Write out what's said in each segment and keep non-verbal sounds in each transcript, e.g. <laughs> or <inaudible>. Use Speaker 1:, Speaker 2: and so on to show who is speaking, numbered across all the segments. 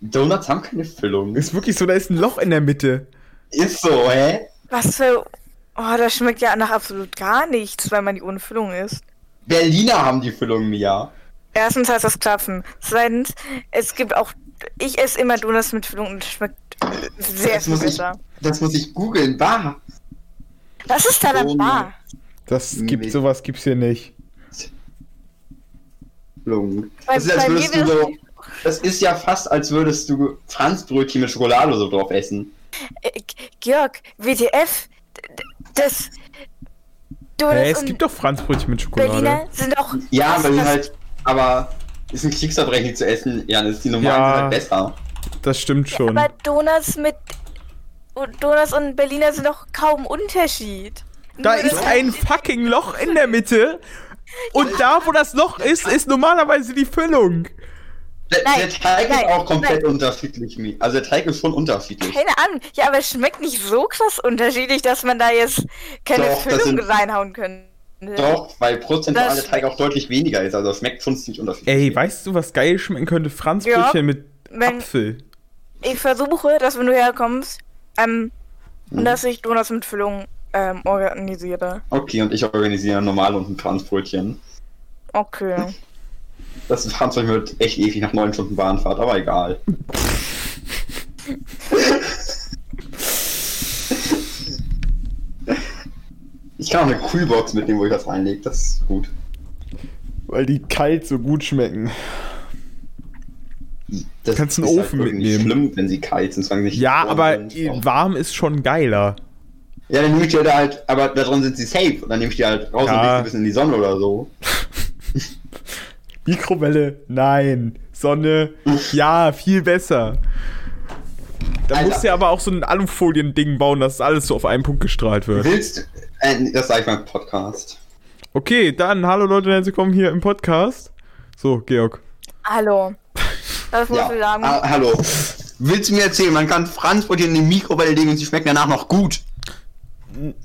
Speaker 1: Donuts haben keine Füllung.
Speaker 2: Ist wirklich so, da ist ein Loch in der Mitte.
Speaker 1: Ist so, hä?
Speaker 3: Was für. Oh, das schmeckt ja nach absolut gar nichts, weil man die ohne Füllung isst.
Speaker 1: Berliner haben die Füllung, Mia.
Speaker 3: Erstens heißt das Klapfen. Zweitens, es gibt auch. Ich esse immer Donuts mit Füllung und es schmeckt sehr
Speaker 1: Das
Speaker 3: viel
Speaker 1: muss ich,
Speaker 3: besser.
Speaker 1: das muss ich googeln, bah.
Speaker 3: Was ist da dann
Speaker 1: Donuts.
Speaker 3: wahr?
Speaker 2: Das gibt,
Speaker 1: Nee.
Speaker 2: sowas gibt's hier nicht.
Speaker 1: Füllung.
Speaker 3: Bei-
Speaker 1: Das ist, als
Speaker 3: bei mir
Speaker 1: würdest du
Speaker 3: wäre
Speaker 1: so, das ist ja fast, als würdest du Franzbrötchen mit Schokolade so drauf essen.
Speaker 3: Äh, G- Georg, WTF, d- d- das. Donuts
Speaker 2: Hä, es
Speaker 3: und
Speaker 2: gibt doch Franzbrötchen mit Schokolade.
Speaker 3: Berliner sind auch.
Speaker 1: Ja,
Speaker 3: was-
Speaker 1: weil
Speaker 3: was-
Speaker 1: halt, aber ist ein Kriegsverbrechen zu essen, ja, das ist die normalen
Speaker 2: Ja.
Speaker 1: sind halt besser.
Speaker 2: Das stimmt schon.
Speaker 3: Aber Donuts mit. und Donuts und Berliner sind doch kaum Unterschied.
Speaker 2: Da
Speaker 3: Nur,
Speaker 2: ist
Speaker 3: dass-
Speaker 2: ein fucking Loch in der Mitte. Und da, wo das Loch ist, ist normalerweise die Füllung.
Speaker 1: Der,
Speaker 3: Nein,
Speaker 1: der Teig
Speaker 3: nein,
Speaker 1: ist auch komplett
Speaker 3: nein.
Speaker 1: unterschiedlich. Mi. Also der Teig ist schon unterschiedlich.
Speaker 3: Keine Ahnung. Ja, aber es schmeckt nicht so krass unterschiedlich, dass man da jetzt keine
Speaker 1: Doch, das
Speaker 3: Füllung
Speaker 1: sind-
Speaker 3: reinhauen könnte.
Speaker 1: Doch, weil prozentual
Speaker 3: Das
Speaker 1: der Teig auch deutlich weniger ist. Also das schmeckt schon ziemlich unterschiedlich.
Speaker 2: Ey, weißt du, was geil schmecken könnte? Franzbrötchen
Speaker 3: Ja,
Speaker 2: mit
Speaker 3: wenn-
Speaker 2: Apfel.
Speaker 3: Ich versuche, dass wenn du herkommst, ähm,
Speaker 1: Mhm.
Speaker 3: dass ich Donuts mit Füllung ähm, organisiere.
Speaker 1: Okay, und ich organisiere normal und ein Franzbrötchen. Mhm.
Speaker 3: Okay.
Speaker 1: Das Franzbrötchen wird echt ewig nach neun Stunden Bahnfahrt, aber egal. ich kann auch eine Kühlbox mitnehmen, wo ich was reinlege. Das ist gut.
Speaker 2: Weil die kalt so gut schmecken.
Speaker 1: Das
Speaker 2: Kannst einen
Speaker 1: ist halt
Speaker 2: Ofen
Speaker 1: wirklich nicht
Speaker 2: mitnehmen.
Speaker 1: Schlimm, wenn sie kalt sind, solange sie nicht
Speaker 2: Ja,
Speaker 1: gefroren
Speaker 2: aber
Speaker 1: sind.
Speaker 2: warm Oh, ist schon geiler.
Speaker 1: Ja, dann nehme ich die da halt, aber da drin sind sie safe. Und dann nehme ich die halt raus und
Speaker 2: Ja.
Speaker 1: leg sie ein bisschen in die Sonne oder so.
Speaker 2: Mikrowelle, nein.
Speaker 1: <laughs>
Speaker 2: Sonne, ja, viel besser. Da
Speaker 1: Alter.
Speaker 2: musst du ja aber auch so ein Alufolien-Ding bauen, dass alles so auf einen Punkt gestrahlt wird.
Speaker 1: Willst äh, nee, das sage ich mal im Podcast.
Speaker 2: Okay, dann hallo Leute, herzlich willkommen hier im Podcast. So, Georg.
Speaker 3: Hallo. Das muss
Speaker 1: Ja.
Speaker 3: ich sagen.
Speaker 1: Ah, hallo. Willst du mir erzählen, man kann Franzbrötchen in die Mikrowelle legen und sie schmecken danach noch gut?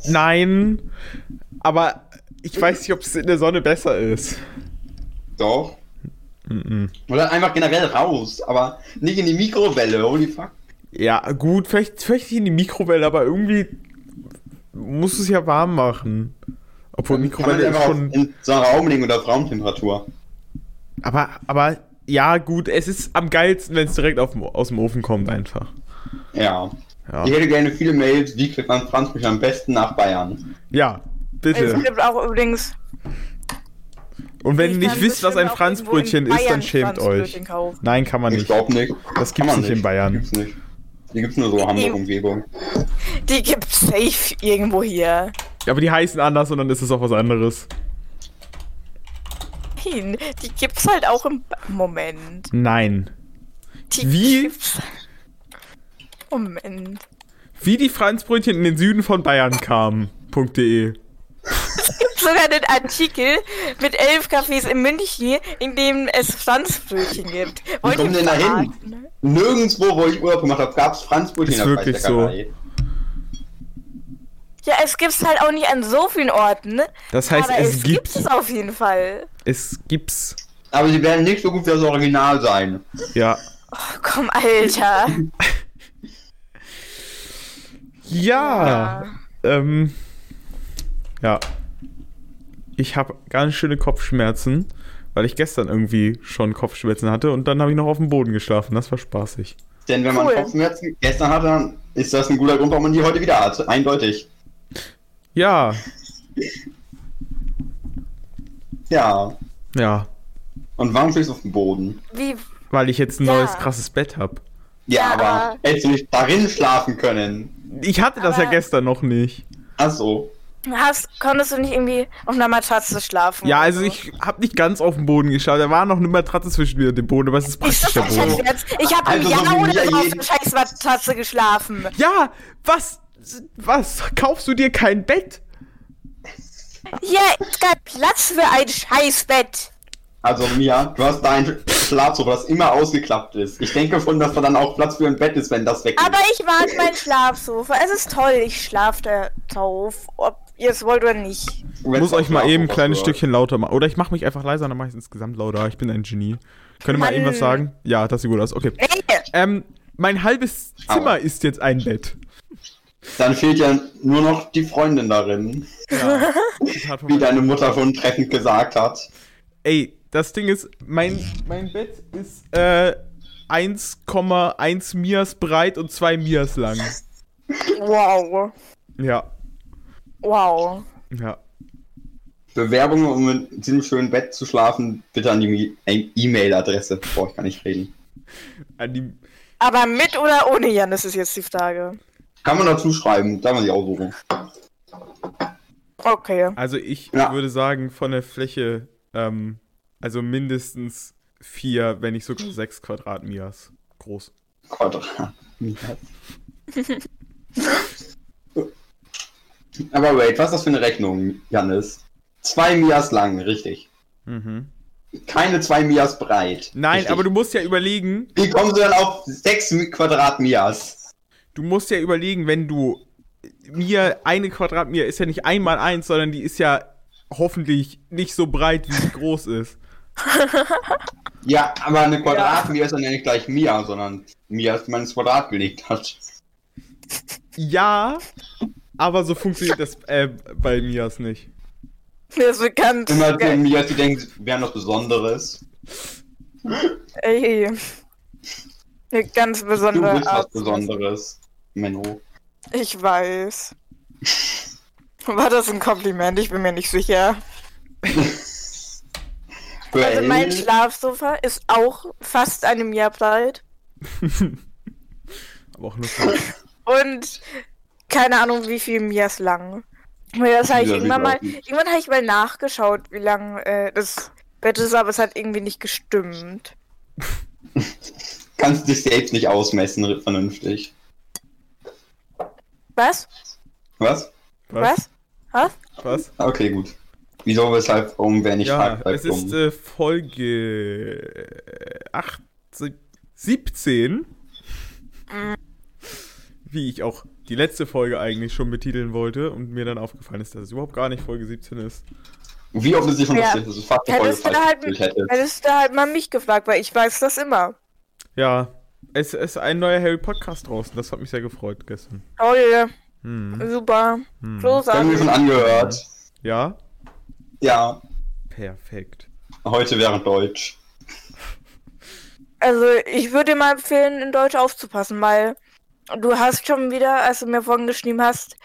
Speaker 2: Nein, aber ich weiß nicht, ob es in der Sonne besser ist.
Speaker 1: Doch. Oder einfach generell raus, aber nicht in die Mikrowelle, holy fuck.
Speaker 2: Ja, gut, vielleicht, vielleicht nicht in die Mikrowelle, aber irgendwie musst du es ja warm machen. Obwohl
Speaker 1: Kann man die
Speaker 2: Mikrowelle ist
Speaker 1: einfach
Speaker 2: schon.
Speaker 1: auf- in so einen Raum legen oder auf Raumtemperatur.
Speaker 2: Aber, aber, ja, gut, es ist am geilsten, wenn es direkt auf, dem- aus dem Ofen kommt, einfach.
Speaker 1: Ja.
Speaker 2: Ja,
Speaker 1: Ich hätte gerne viele Mails, wie kriegt man Franzbrötchen am besten nach Bayern?
Speaker 2: ja
Speaker 3: es
Speaker 2: bitte.
Speaker 3: gibt auch übrigens
Speaker 2: Und wenn ihr
Speaker 3: Also, Ich
Speaker 2: nicht
Speaker 3: kann
Speaker 2: wisst, was
Speaker 3: bestimmt
Speaker 2: ein
Speaker 3: auch irgendwo in
Speaker 2: Franzbrötchen ist,
Speaker 3: Bayern
Speaker 2: dann schämt euch.
Speaker 3: Franzbrötchen kaufen.
Speaker 2: Nein, kann man
Speaker 1: Ich
Speaker 2: nicht.
Speaker 1: glaube nicht.
Speaker 2: Das
Speaker 1: Kann
Speaker 2: gibt's
Speaker 1: man
Speaker 2: nicht in Bayern.
Speaker 1: Gibt's nicht. Die gibt's nur so Hamburg-Umgebung.
Speaker 3: Die gibt's safe irgendwo hier.
Speaker 2: Aber die heißen anders und dann ist es auch was anderes.
Speaker 3: Nein, die gibt's halt auch im Ba- Moment.
Speaker 2: Nein.
Speaker 3: Die
Speaker 2: Wie?
Speaker 3: Gibt's... Moment.
Speaker 2: Wie die Franzbrötchen in den Süden von Bayern kamen. E. .de.
Speaker 3: Sogar den Artikel mit elf Cafés in München, in dem es Franzbrötchen gibt. Wollt
Speaker 1: kommen
Speaker 3: ihr
Speaker 1: denn da hin?
Speaker 3: verarschen?
Speaker 1: Nirgendwo, wo ich Urlaub gemacht habe, gab es Franzbrötchen
Speaker 2: Ist
Speaker 1: in der
Speaker 2: wirklich
Speaker 1: Fleischbäckerei.
Speaker 3: Ja, es gibt's halt auch nicht an so vielen Orten. ne?
Speaker 2: Das heißt,
Speaker 3: aber
Speaker 2: es, gibt,
Speaker 3: es auf jeden Fall.
Speaker 2: es gibt's.
Speaker 1: Aber sie werden nicht so gut wie das Original sein.
Speaker 2: Ja.
Speaker 3: Oh, komm,
Speaker 1: <laughs>
Speaker 3: Alter.
Speaker 2: Ja. Ähm. Ja. Ich habe ganz schöne Kopfschmerzen, weil ich gestern irgendwie schon Kopfschmerzen hatte und dann habe ich noch auf dem Boden geschlafen. Das war spaßig.
Speaker 1: Denn wenn man
Speaker 3: Cool.
Speaker 1: Kopfschmerzen gestern hatte, dann ist das ein guter Grund, warum man die heute wieder hat. Eindeutig.
Speaker 2: Ja.
Speaker 1: Ja.
Speaker 2: Ja.
Speaker 1: Und warum schläfst du auf dem Boden?
Speaker 3: Wie
Speaker 2: Weil ich jetzt ein
Speaker 3: Ja.
Speaker 2: neues krasses Bett habe.
Speaker 1: Ja,
Speaker 3: Ja,
Speaker 1: aber
Speaker 3: aber-
Speaker 1: hättest du nicht darin schlafen können?
Speaker 2: Ich hatte das ja
Speaker 3: Aber-
Speaker 2: gestern noch nicht.
Speaker 1: Ach so.
Speaker 3: hast, konntest du nicht irgendwie um auf einer Matratze schlafen?
Speaker 2: Ja,
Speaker 3: oder
Speaker 2: also
Speaker 3: so?
Speaker 2: ich habe nicht ganz auf den Boden geschaut. Da war noch eine Matratze zwischen mir und dem Boden, aber es ist
Speaker 3: Ist
Speaker 2: praktisch
Speaker 3: das
Speaker 2: der
Speaker 3: dein Scheiß
Speaker 2: Boden.
Speaker 3: Ernst? Ich habe ein
Speaker 1: Also so
Speaker 3: Jahr
Speaker 1: wie wir
Speaker 3: oder so auf
Speaker 1: jeden-
Speaker 3: einer scheiß Matratze geschlafen.
Speaker 2: Ja, was? Was? Kaufst du dir kein Bett?
Speaker 3: Hier ist kein Platz für ein Scheißbett.
Speaker 1: Also Mia, du hast dein Schlafsofa, das immer ausgeklappt ist. Ich denke schon, dass da dann auch Platz für ein Bett ist, wenn das weg ist.
Speaker 3: Aber ich mag mein Schlafsofa. Es ist toll. Ich schlafe da drauf, ob ihr es wollt oder nicht.
Speaker 2: Ich
Speaker 1: Wenn's
Speaker 2: muss
Speaker 1: auf
Speaker 2: euch mal eben ein
Speaker 1: Schlafsofa
Speaker 2: kleines
Speaker 1: gehört.
Speaker 2: Stückchen lauter machen. Oder ich mache mich einfach leiser, dann mache ich es insgesamt lauter. Ich bin ein Genie. Könnt ihr mal
Speaker 3: Mann.
Speaker 2: eben was sagen? Ja, das sieht gut aus. Okay.
Speaker 3: Nee.
Speaker 2: ähm, mein halbes Zimmer
Speaker 1: Aber-
Speaker 2: ist jetzt ein Bett.
Speaker 1: Dann fehlt ja nur noch die Freundin darin,
Speaker 2: Ja. Zitat von
Speaker 1: wie
Speaker 2: meiner-
Speaker 1: deine Mutter schon treffend gesagt hat.
Speaker 2: Ey, das Ding ist, mein, mein Bett ist äh, 1,1 Mias breit und 2 Mias lang.
Speaker 3: Wow.
Speaker 2: Ja,
Speaker 3: Wow.
Speaker 2: ja.
Speaker 1: Bewerbung, um in diesem schönen Bett zu schlafen, bitte an die Mi- E- E-Mail-Adresse. Boah, ich kann nicht reden.
Speaker 2: An die,
Speaker 3: Aber mit oder ohne Janis ist jetzt die Frage.
Speaker 1: Kann man dazu schreiben, darf man sich aussuchen.
Speaker 3: Okay.
Speaker 2: also ich
Speaker 1: Ja.
Speaker 2: würde sagen, von der Fläche, ähm, also mindestens 4, wenn nicht sogar 6 Quadratmias groß.
Speaker 1: Quadrat. Aber wait, was ist das für eine Rechnung, Janis? Zwei Mias lang, richtig.
Speaker 2: Mhm.
Speaker 1: Keine zwei Mias breit.
Speaker 2: Nein,
Speaker 1: richtig.
Speaker 2: aber du musst ja überlegen,
Speaker 1: Wie kommen sie dann auf sechs Mi- Quadratmias?
Speaker 2: du musst ja überlegen, wenn du mir eine Quadratmia ist ja nicht einmal eins, sondern die ist ja hoffentlich nicht so breit, wie sie groß ist.
Speaker 1: Ja, aber eine Quadratmia ist dann ja nicht gleich Mia, sondern Mia, die man ins Quadrat gelegt hat.
Speaker 2: Ja, aber so funktioniert das äh, bei Mias nicht.
Speaker 3: Mir ist bekannt.
Speaker 1: Immer die
Speaker 3: Ge-
Speaker 1: Mias, die denken, sie wären was Besonderes.
Speaker 3: Ey. Eine ganz
Speaker 1: Du
Speaker 3: besondere
Speaker 1: bist was
Speaker 3: Art.
Speaker 1: Besonderes, Menno.
Speaker 3: Ich weiß. War das ein Kompliment? Ich bin mir nicht sicher. Also
Speaker 1: Well,
Speaker 3: mein Schlafsofa ist auch fast einem Jahr breit.
Speaker 2: Aber auch nur von-
Speaker 3: und keine Ahnung, wie viel Mias lang. Weil das habe ich
Speaker 1: Ja,
Speaker 3: irgendwann mal,
Speaker 1: wie lauten.
Speaker 3: irgendwann habe ich mal nachgeschaut, wie lang äh, das Bett ist, aber es hat irgendwie nicht gestimmt.
Speaker 1: kannst dich selbst nicht ausmessen, vernünftig.
Speaker 3: Was?
Speaker 1: Was?
Speaker 3: Was? Was?
Speaker 2: Was?
Speaker 1: Okay, gut. Wieso, weshalb, warum, wer nicht
Speaker 2: Ja,
Speaker 1: fragt,
Speaker 2: es
Speaker 1: bleibt
Speaker 2: ist
Speaker 1: dumm.
Speaker 2: äh, Folge äh, 8, 17. Wie ich auch die letzte Folge eigentlich schon betiteln wollte und mir dann aufgefallen ist, dass es überhaupt gar nicht Folge 17 ist.
Speaker 1: Wie oft ist sie schon
Speaker 3: Ja.
Speaker 1: passiert, dass du fast eine Folge
Speaker 3: Hättest du, da
Speaker 1: falsch
Speaker 3: halt,
Speaker 1: gespielt hättest?
Speaker 3: hättest du halt mal mich gefragt, weil ich weiß das immer.
Speaker 2: Ja, es ist ein neuer Harry Podcast draußen. Das hat mich sehr gefreut gestern.
Speaker 3: Toll, Äh,
Speaker 2: Hm.
Speaker 3: super,
Speaker 2: Hm.
Speaker 1: Wir haben wir schon
Speaker 3: großartig.
Speaker 1: angehört.
Speaker 2: Ja,
Speaker 1: Ja,
Speaker 2: perfekt. <laughs>
Speaker 1: heute wäre Deutsch.
Speaker 3: Also ich würde dir mal empfehlen, in Deutsch aufzupassen, weil du hast schon wieder, als du mir vorhin geschrieben hast,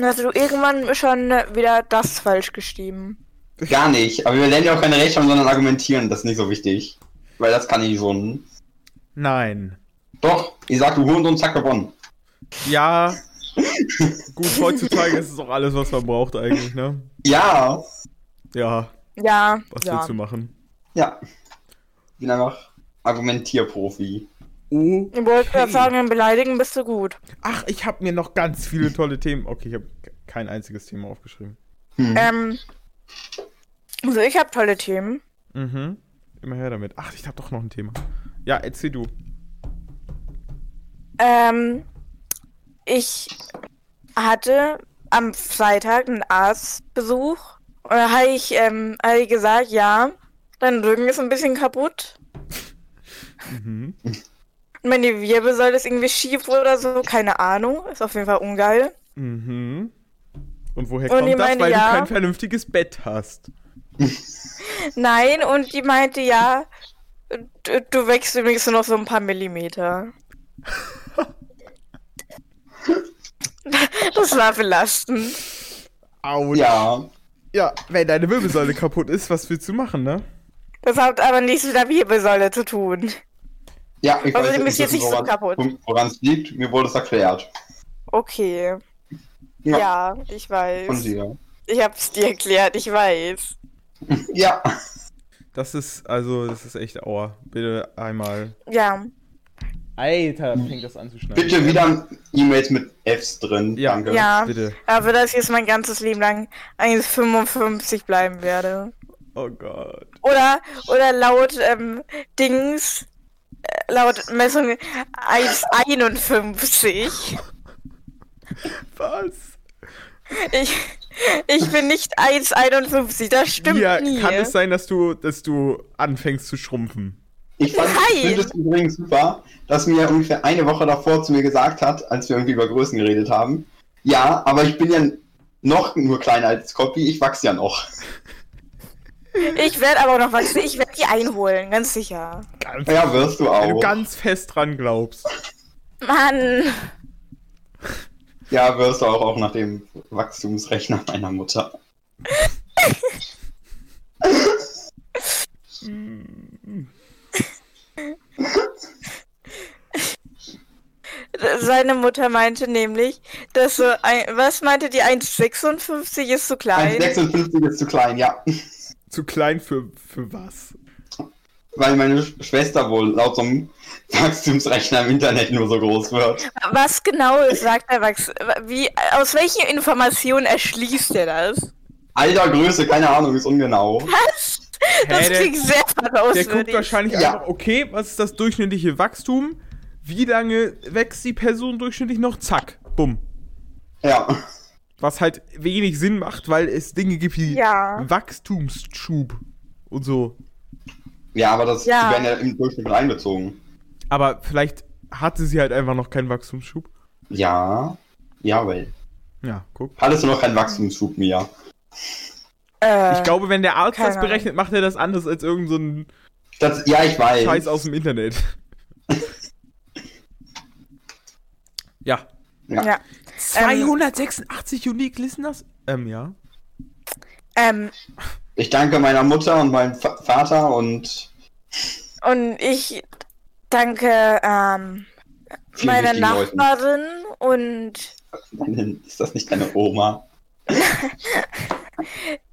Speaker 3: hast du irgendwann schon wieder das falsch geschrieben.
Speaker 1: Gar nicht, aber wir lernen ja auch keine Rechtschreibung, sondern argumentieren, das ist nicht so wichtig. Weil das kann ich schon.
Speaker 2: Nein.
Speaker 1: Doch, ich sag, du Hurensohn, zack, gewonnen.
Speaker 2: Ja. Gut, heutzutage ist es auch alles, was man braucht eigentlich, ne?
Speaker 1: Ja,
Speaker 2: Ja,
Speaker 3: Ja,
Speaker 2: was
Speaker 3: ja.
Speaker 2: willst du machen?
Speaker 1: ja. Ich bin einfach Argumentierprofi.
Speaker 2: Oh.
Speaker 3: Ich wollte gerade sagen, im Beleidigen bist du gut.
Speaker 2: Ach, ich habe mir noch ganz viele tolle Themen. Okay, ich habe kein einziges Thema aufgeschrieben.
Speaker 1: Hm.
Speaker 3: Ähm, also ich habe tolle Themen.
Speaker 2: Mhm. Immer her damit. Ach, ich habe doch noch ein Thema. Ja, erzähl du.
Speaker 3: Ähm, ich hatte am Freitag einen Arztbesuch. Und da habe ich, ähm, hab ich gesagt, ja, dein Rücken ist ein bisschen kaputt.
Speaker 2: Mhm.
Speaker 3: Und Meine Wirbelsäule ist irgendwie schief oder so, keine Ahnung. Ist auf jeden Fall ungeil.
Speaker 2: Mhm. Und woher
Speaker 3: Und ich
Speaker 2: kommt das?
Speaker 3: meine,
Speaker 2: Weil
Speaker 3: ja.
Speaker 2: du kein vernünftiges Bett hast.
Speaker 3: Nein, und die meinte, ja, du, du wächst übrigens nur noch so ein paar Millimeter. Das war belastend.
Speaker 2: Au.
Speaker 1: Ja,
Speaker 2: Ja, wenn deine Wirbelsäule kaputt ist, was willst du machen, ne?
Speaker 3: Das hat aber nichts mit der Wirbelsäule zu tun.
Speaker 1: ja, ich
Speaker 3: Also,
Speaker 1: weiß
Speaker 3: die
Speaker 1: jetzt
Speaker 3: ist jetzt nicht so
Speaker 1: woran-
Speaker 3: kaputt.
Speaker 1: woran es liegt, mir wurde es erklärt.
Speaker 3: Okay. Ja, ich
Speaker 1: Von
Speaker 3: weiß.
Speaker 1: dir.
Speaker 3: Ich hab's dir erklärt, ich weiß.
Speaker 1: Ja.
Speaker 2: Das ist, also, das ist echt Aua. Bitte einmal.
Speaker 3: Ja.
Speaker 2: Alter, fängt das an zu schneiden.
Speaker 1: Bitte wieder E-Mails mit Fs drin.
Speaker 2: Ja.
Speaker 1: Danke.
Speaker 3: Ja.
Speaker 2: Bitte.
Speaker 3: Aber dass ich jetzt mein ganzes Leben lang eigentlich 55 bleiben werde.
Speaker 2: Oh Gott.
Speaker 3: Oder, oder laut ähm, Dings, äh, laut Messung 1,51.
Speaker 2: Was?
Speaker 3: Ich, ich bin nicht 1,51, das stimmt
Speaker 2: ja,
Speaker 3: nie. ne?
Speaker 2: kann es sein, dass du, dass du anfängst zu schrumpfen?
Speaker 1: Ich fand ich
Speaker 3: Nein.
Speaker 1: finde es übrigens super, dass mir ungefähr eine Woche davor zu mir gesagt hat, als wir irgendwie über Größen geredet haben, ja, aber ich bin ja noch nur kleiner als Copy, ich wachse ja noch.
Speaker 3: Ich werde aber noch wachsen. Ich werde die einholen, ganz sicher.
Speaker 2: Ganz,
Speaker 1: Ja, oh. wirst du
Speaker 2: Wenn du
Speaker 1: auch.
Speaker 2: ganz fest dran glaubst.
Speaker 3: Mann.
Speaker 1: Ja, wirst du auch, auch nach dem Wachstumsrechner meiner Mutter.
Speaker 3: Seine Mutter meinte nämlich, dass so ein, was meinte die 1,56 ist zu klein.
Speaker 1: 1,56 ist zu klein, ja.
Speaker 2: Zu klein für, für was?
Speaker 1: Weil meine Sch- Schwester wohl laut so einem Wachstumsrechner im Internet nur so groß wird.
Speaker 3: Was genau ist, sagt er, Max? Wie, aus welchen Informationen erschließt er das?
Speaker 1: Alter, Größe, keine Ahnung, ist ungenau.
Speaker 3: Was? Das
Speaker 2: Hä, der-
Speaker 3: klingt sehr
Speaker 2: Der guckt
Speaker 3: vertrauenswürdig.
Speaker 2: wahrscheinlich
Speaker 1: Ja.
Speaker 2: einfach, okay, was ist das durchschnittliche Wachstum? Wie lange wächst die Person durchschnittlich noch? Zack, bumm.
Speaker 1: Ja.
Speaker 2: Was halt wenig Sinn macht, weil es Dinge gibt wie
Speaker 3: Ja.
Speaker 2: Wachstumsschub und so.
Speaker 1: Ja, aber das,
Speaker 3: Ja.
Speaker 1: die werden ja im Durchschnitt mit einbezogen.
Speaker 2: Aber vielleicht hatte sie halt einfach noch keinen Wachstumsschub.
Speaker 1: Ja. Ja, weil.
Speaker 2: Ja, guck.
Speaker 1: Hattest du noch keinen Wachstumsschub, Mia?
Speaker 3: Äh,
Speaker 2: Ich glaube, wenn der Arzt
Speaker 3: keine
Speaker 2: das berechnet, macht er das anders als irgend so ein
Speaker 1: Das, ja, ich weiß.
Speaker 2: Scheiß aus dem Internet. <laughs> ja.
Speaker 1: Ja.
Speaker 3: ja.
Speaker 2: 286 Unique Listeners? Ähm, ja.
Speaker 3: Ähm,
Speaker 1: Ich danke meiner Mutter und meinem Va- Vater und
Speaker 3: und ich danke ähm,
Speaker 1: vielen
Speaker 3: meiner
Speaker 1: wichtigen Leuten.
Speaker 3: Nachbarin und
Speaker 1: <laughs> Nein, Ist das nicht deine Oma?
Speaker 3: D-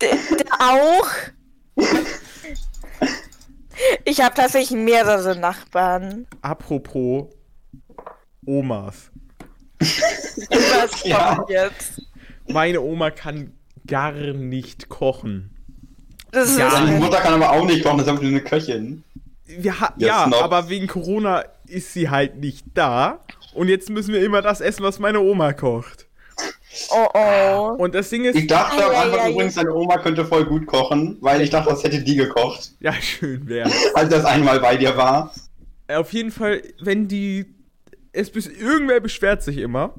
Speaker 3: d- auch. Ich habe tatsächlich mehrere Nachbarn.
Speaker 2: Apropos Omas.
Speaker 3: Was
Speaker 1: Ja.
Speaker 3: kommt jetzt?
Speaker 2: Meine Oma kann gar nicht kochen.
Speaker 3: Das ist
Speaker 2: Ja.
Speaker 1: Deine
Speaker 3: ja.
Speaker 1: Mutter kann aber auch nicht kochen, das ist einfach nur eine Köchin.
Speaker 2: Wir ha
Speaker 1: Jetzt
Speaker 2: ja,
Speaker 1: noch.
Speaker 2: aber wegen Corona ist sie halt nicht da. Und jetzt müssen wir immer das essen, was meine Oma kocht.
Speaker 3: Oh oh.
Speaker 2: Und das Ding
Speaker 1: Ich
Speaker 2: ist.
Speaker 1: dachte am
Speaker 3: Ei, ei,
Speaker 1: Anfang
Speaker 3: ei.
Speaker 1: übrigens, deine Oma könnte voll gut kochen, weil ich dachte, das hätte die gekocht, <laughs>
Speaker 2: Ja, <laughs> schön wäre.
Speaker 1: als das einmal bei dir war.
Speaker 2: Auf jeden Fall, wenn die. Es bis, irgendwer beschwert sich immer.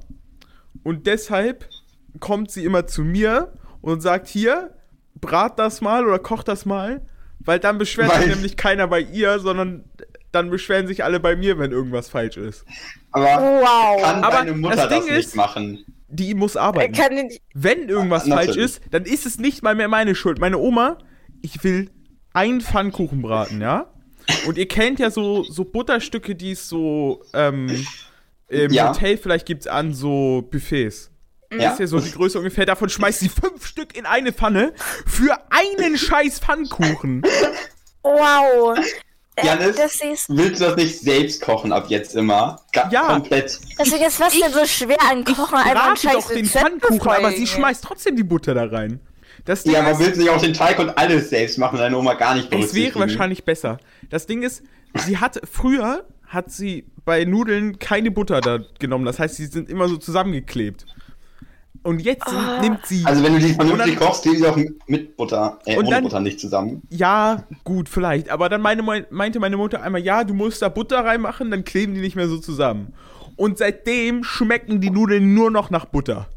Speaker 2: Und deshalb kommt sie immer zu mir und sagt: Hier, brat das mal oder koch das mal. Weil dann beschwert sich
Speaker 1: Weil-
Speaker 2: nämlich keiner bei ihr, sondern dann beschweren sich alle bei mir, wenn irgendwas falsch ist.
Speaker 1: Aber kann
Speaker 3: Wow.
Speaker 2: Aber
Speaker 1: deine Mutter
Speaker 2: das
Speaker 1: das,
Speaker 2: Ding ist-
Speaker 1: nicht machen?
Speaker 2: Die muss arbeiten.
Speaker 3: Kann ich,
Speaker 2: wenn irgendwas
Speaker 1: Ah,
Speaker 2: falsch
Speaker 1: natürlich.
Speaker 2: ist, dann ist es nicht mal mehr meine Schuld. Meine Oma, ich will einen Pfannkuchen braten, ja? Und ihr kennt ja so, so Butterstücke, die es so ähm, im
Speaker 1: Ja.
Speaker 2: Hotel vielleicht gibt an so Buffets.
Speaker 3: Mhm.
Speaker 1: Ja.
Speaker 2: Ist ja so die Größe ungefähr. Davon schmeißt sie fünf Stück in eine Pfanne für einen scheiß Pfannkuchen.
Speaker 3: wow. Äh,
Speaker 1: Janis?
Speaker 3: Das ist,
Speaker 1: Willst du das nicht selbst kochen ab jetzt immer? Ga
Speaker 2: Ja.
Speaker 1: Komplett.
Speaker 3: deswegen ist was denn so schwer an Kochen? Einfach ein
Speaker 2: Brate
Speaker 3: scheiß
Speaker 2: doch den
Speaker 3: Rezept
Speaker 2: Pfannkuchen, aber sie
Speaker 3: befolgen.
Speaker 2: schmeißt trotzdem die Butter da rein. Das Ding
Speaker 1: Ja,
Speaker 2: ist,
Speaker 1: aber willst du nicht auch den Teig und alles selbst machen, deine Oma gar nicht
Speaker 2: Es
Speaker 1: berücksichtigen?
Speaker 2: wäre wahrscheinlich besser. Das Ding ist, sie hat früher hat sie bei Nudeln keine Butter da genommen. Das heißt, sie sind immer so zusammengeklebt. Und jetzt sind, nimmt sie
Speaker 1: Also wenn du die vernünftig
Speaker 2: Und dann-
Speaker 1: kochst, leben sie auch mit Butter, äh,
Speaker 2: Und
Speaker 1: ohne
Speaker 2: dann-
Speaker 1: Butter nicht zusammen.
Speaker 2: ja gut vielleicht, aber dann meine, Mo- meinte meine Mutter einmal ja, du musst da Butter reinmachen, dann kleben die nicht mehr so zusammen. Und seitdem schmecken die Nudeln nur noch nach Butter.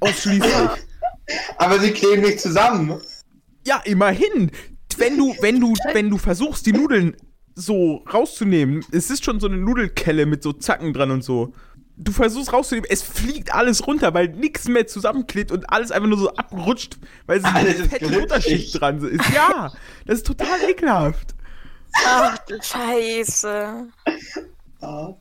Speaker 2: Ausschließlich.
Speaker 1: Aber sie kleben nicht zusammen.
Speaker 2: Ja, immerhin. Wenn du, wenn du, wenn du versuchst, die Nudeln so rauszunehmen, es ist schon so eine Nudelkelle mit so Zacken dran und so. Du versuchst rauszunehmen, es fliegt alles runter, weil nichts mehr zusammenklebt und alles einfach nur so abrutscht, weil so eine
Speaker 1: Alles ist
Speaker 2: fette
Speaker 1: glitschig.
Speaker 2: Unterschicht dran ist. Ja, das ist total ekelhaft.
Speaker 3: Ach, du Scheiße.
Speaker 1: Ja.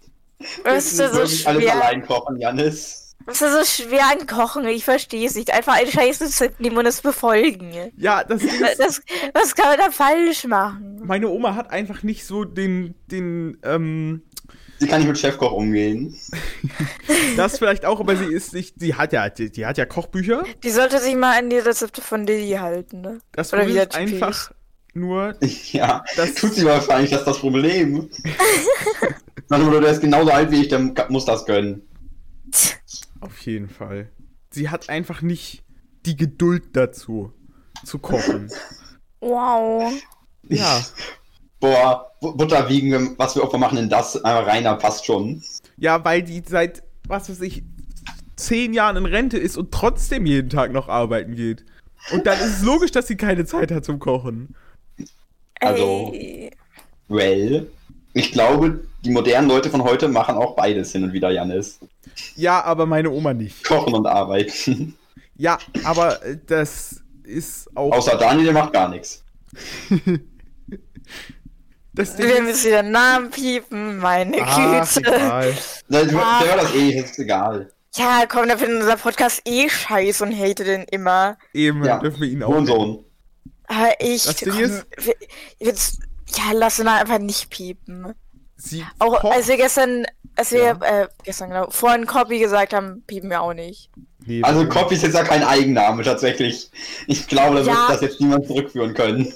Speaker 3: Was ist denn so
Speaker 1: Ah, Wirklich alles
Speaker 3: schwer?
Speaker 1: allein kochen, Janis.
Speaker 3: Was ist so schwer an Kochen? Ich verstehe es nicht. Einfach ein scheiß Rezept nehmen und es befolgen.
Speaker 2: Ja, das Ding ist,
Speaker 3: Das, was kann man da falsch machen?
Speaker 2: meine Oma hat einfach nicht so den, den, ähm,
Speaker 1: Sie kann nicht mit Chefkoch umgehen. <laughs>
Speaker 2: das vielleicht auch, aber sie ist nicht, die hat ja, die, die hat ja Kochbücher.
Speaker 3: Die sollte sich mal an die Rezepte von Lilly halten, ne?
Speaker 2: Das
Speaker 3: Oder wie
Speaker 2: Problem ist
Speaker 3: der Typ
Speaker 2: einfach nur,
Speaker 1: Ja,
Speaker 2: Das-
Speaker 1: das tut sie wahrscheinlich, das ist das
Speaker 3: <laughs>
Speaker 1: Problem. Na du, der ist genauso alt wie ich, der muss das gönnen.
Speaker 2: Auf jeden Fall. Sie hat einfach nicht die Geduld
Speaker 1: <laughs>
Speaker 2: dazu, zu kochen.
Speaker 3: Wow.
Speaker 2: Ja.
Speaker 1: Boah, Bu- Butter wiegen, wir- was wir auch machen in das, äh, Rainer passt schon.
Speaker 2: Ja, weil die seit, was weiß ich, zehn Jahren in Rente ist und trotzdem jeden Tag noch arbeiten geht. Und dann ist es logisch, dass sie keine Zeit hat zum Kochen.
Speaker 1: Also-
Speaker 3: Ey.
Speaker 1: Well, ich glaube, die modernen Leute von heute machen auch beides hin und wieder, Janis.
Speaker 2: Ja, aber meine Oma nicht.
Speaker 1: Kochen und arbeiten.
Speaker 2: Ja, aber äh, das ist auch.
Speaker 1: Außer Daniel, der macht gar nichts.
Speaker 2: das Ding
Speaker 3: Wir
Speaker 2: ist-
Speaker 3: müssen wieder Namen piepen, meine
Speaker 2: Ach,
Speaker 3: Güte.
Speaker 2: egal.
Speaker 1: Der, der
Speaker 3: Ah.
Speaker 1: war das eh, ist egal.
Speaker 3: Ja, komm, da findet unser Podcast eh scheiße und hate den immer.
Speaker 2: Eben,
Speaker 1: Ja,
Speaker 2: dürfen wir ihn auch.
Speaker 1: Sohn.
Speaker 3: Aber ich.
Speaker 2: Das Ding
Speaker 3: komm,
Speaker 2: ist-
Speaker 3: wir- Jetzt, ja, lass ihn da einfach nicht piepen.
Speaker 2: Sie
Speaker 3: Auch also,
Speaker 2: kocht-
Speaker 3: als wir gestern, als wir,
Speaker 2: Ja.
Speaker 3: äh, gestern genau, vorhin Copy gesagt haben, piepen wir auch nicht.
Speaker 2: Nee,
Speaker 1: Also
Speaker 2: warte.
Speaker 1: Copy ist jetzt ja kein Eigenname tatsächlich. Ich glaube, da
Speaker 3: Ja.
Speaker 1: wird das jetzt niemand zurückführen können.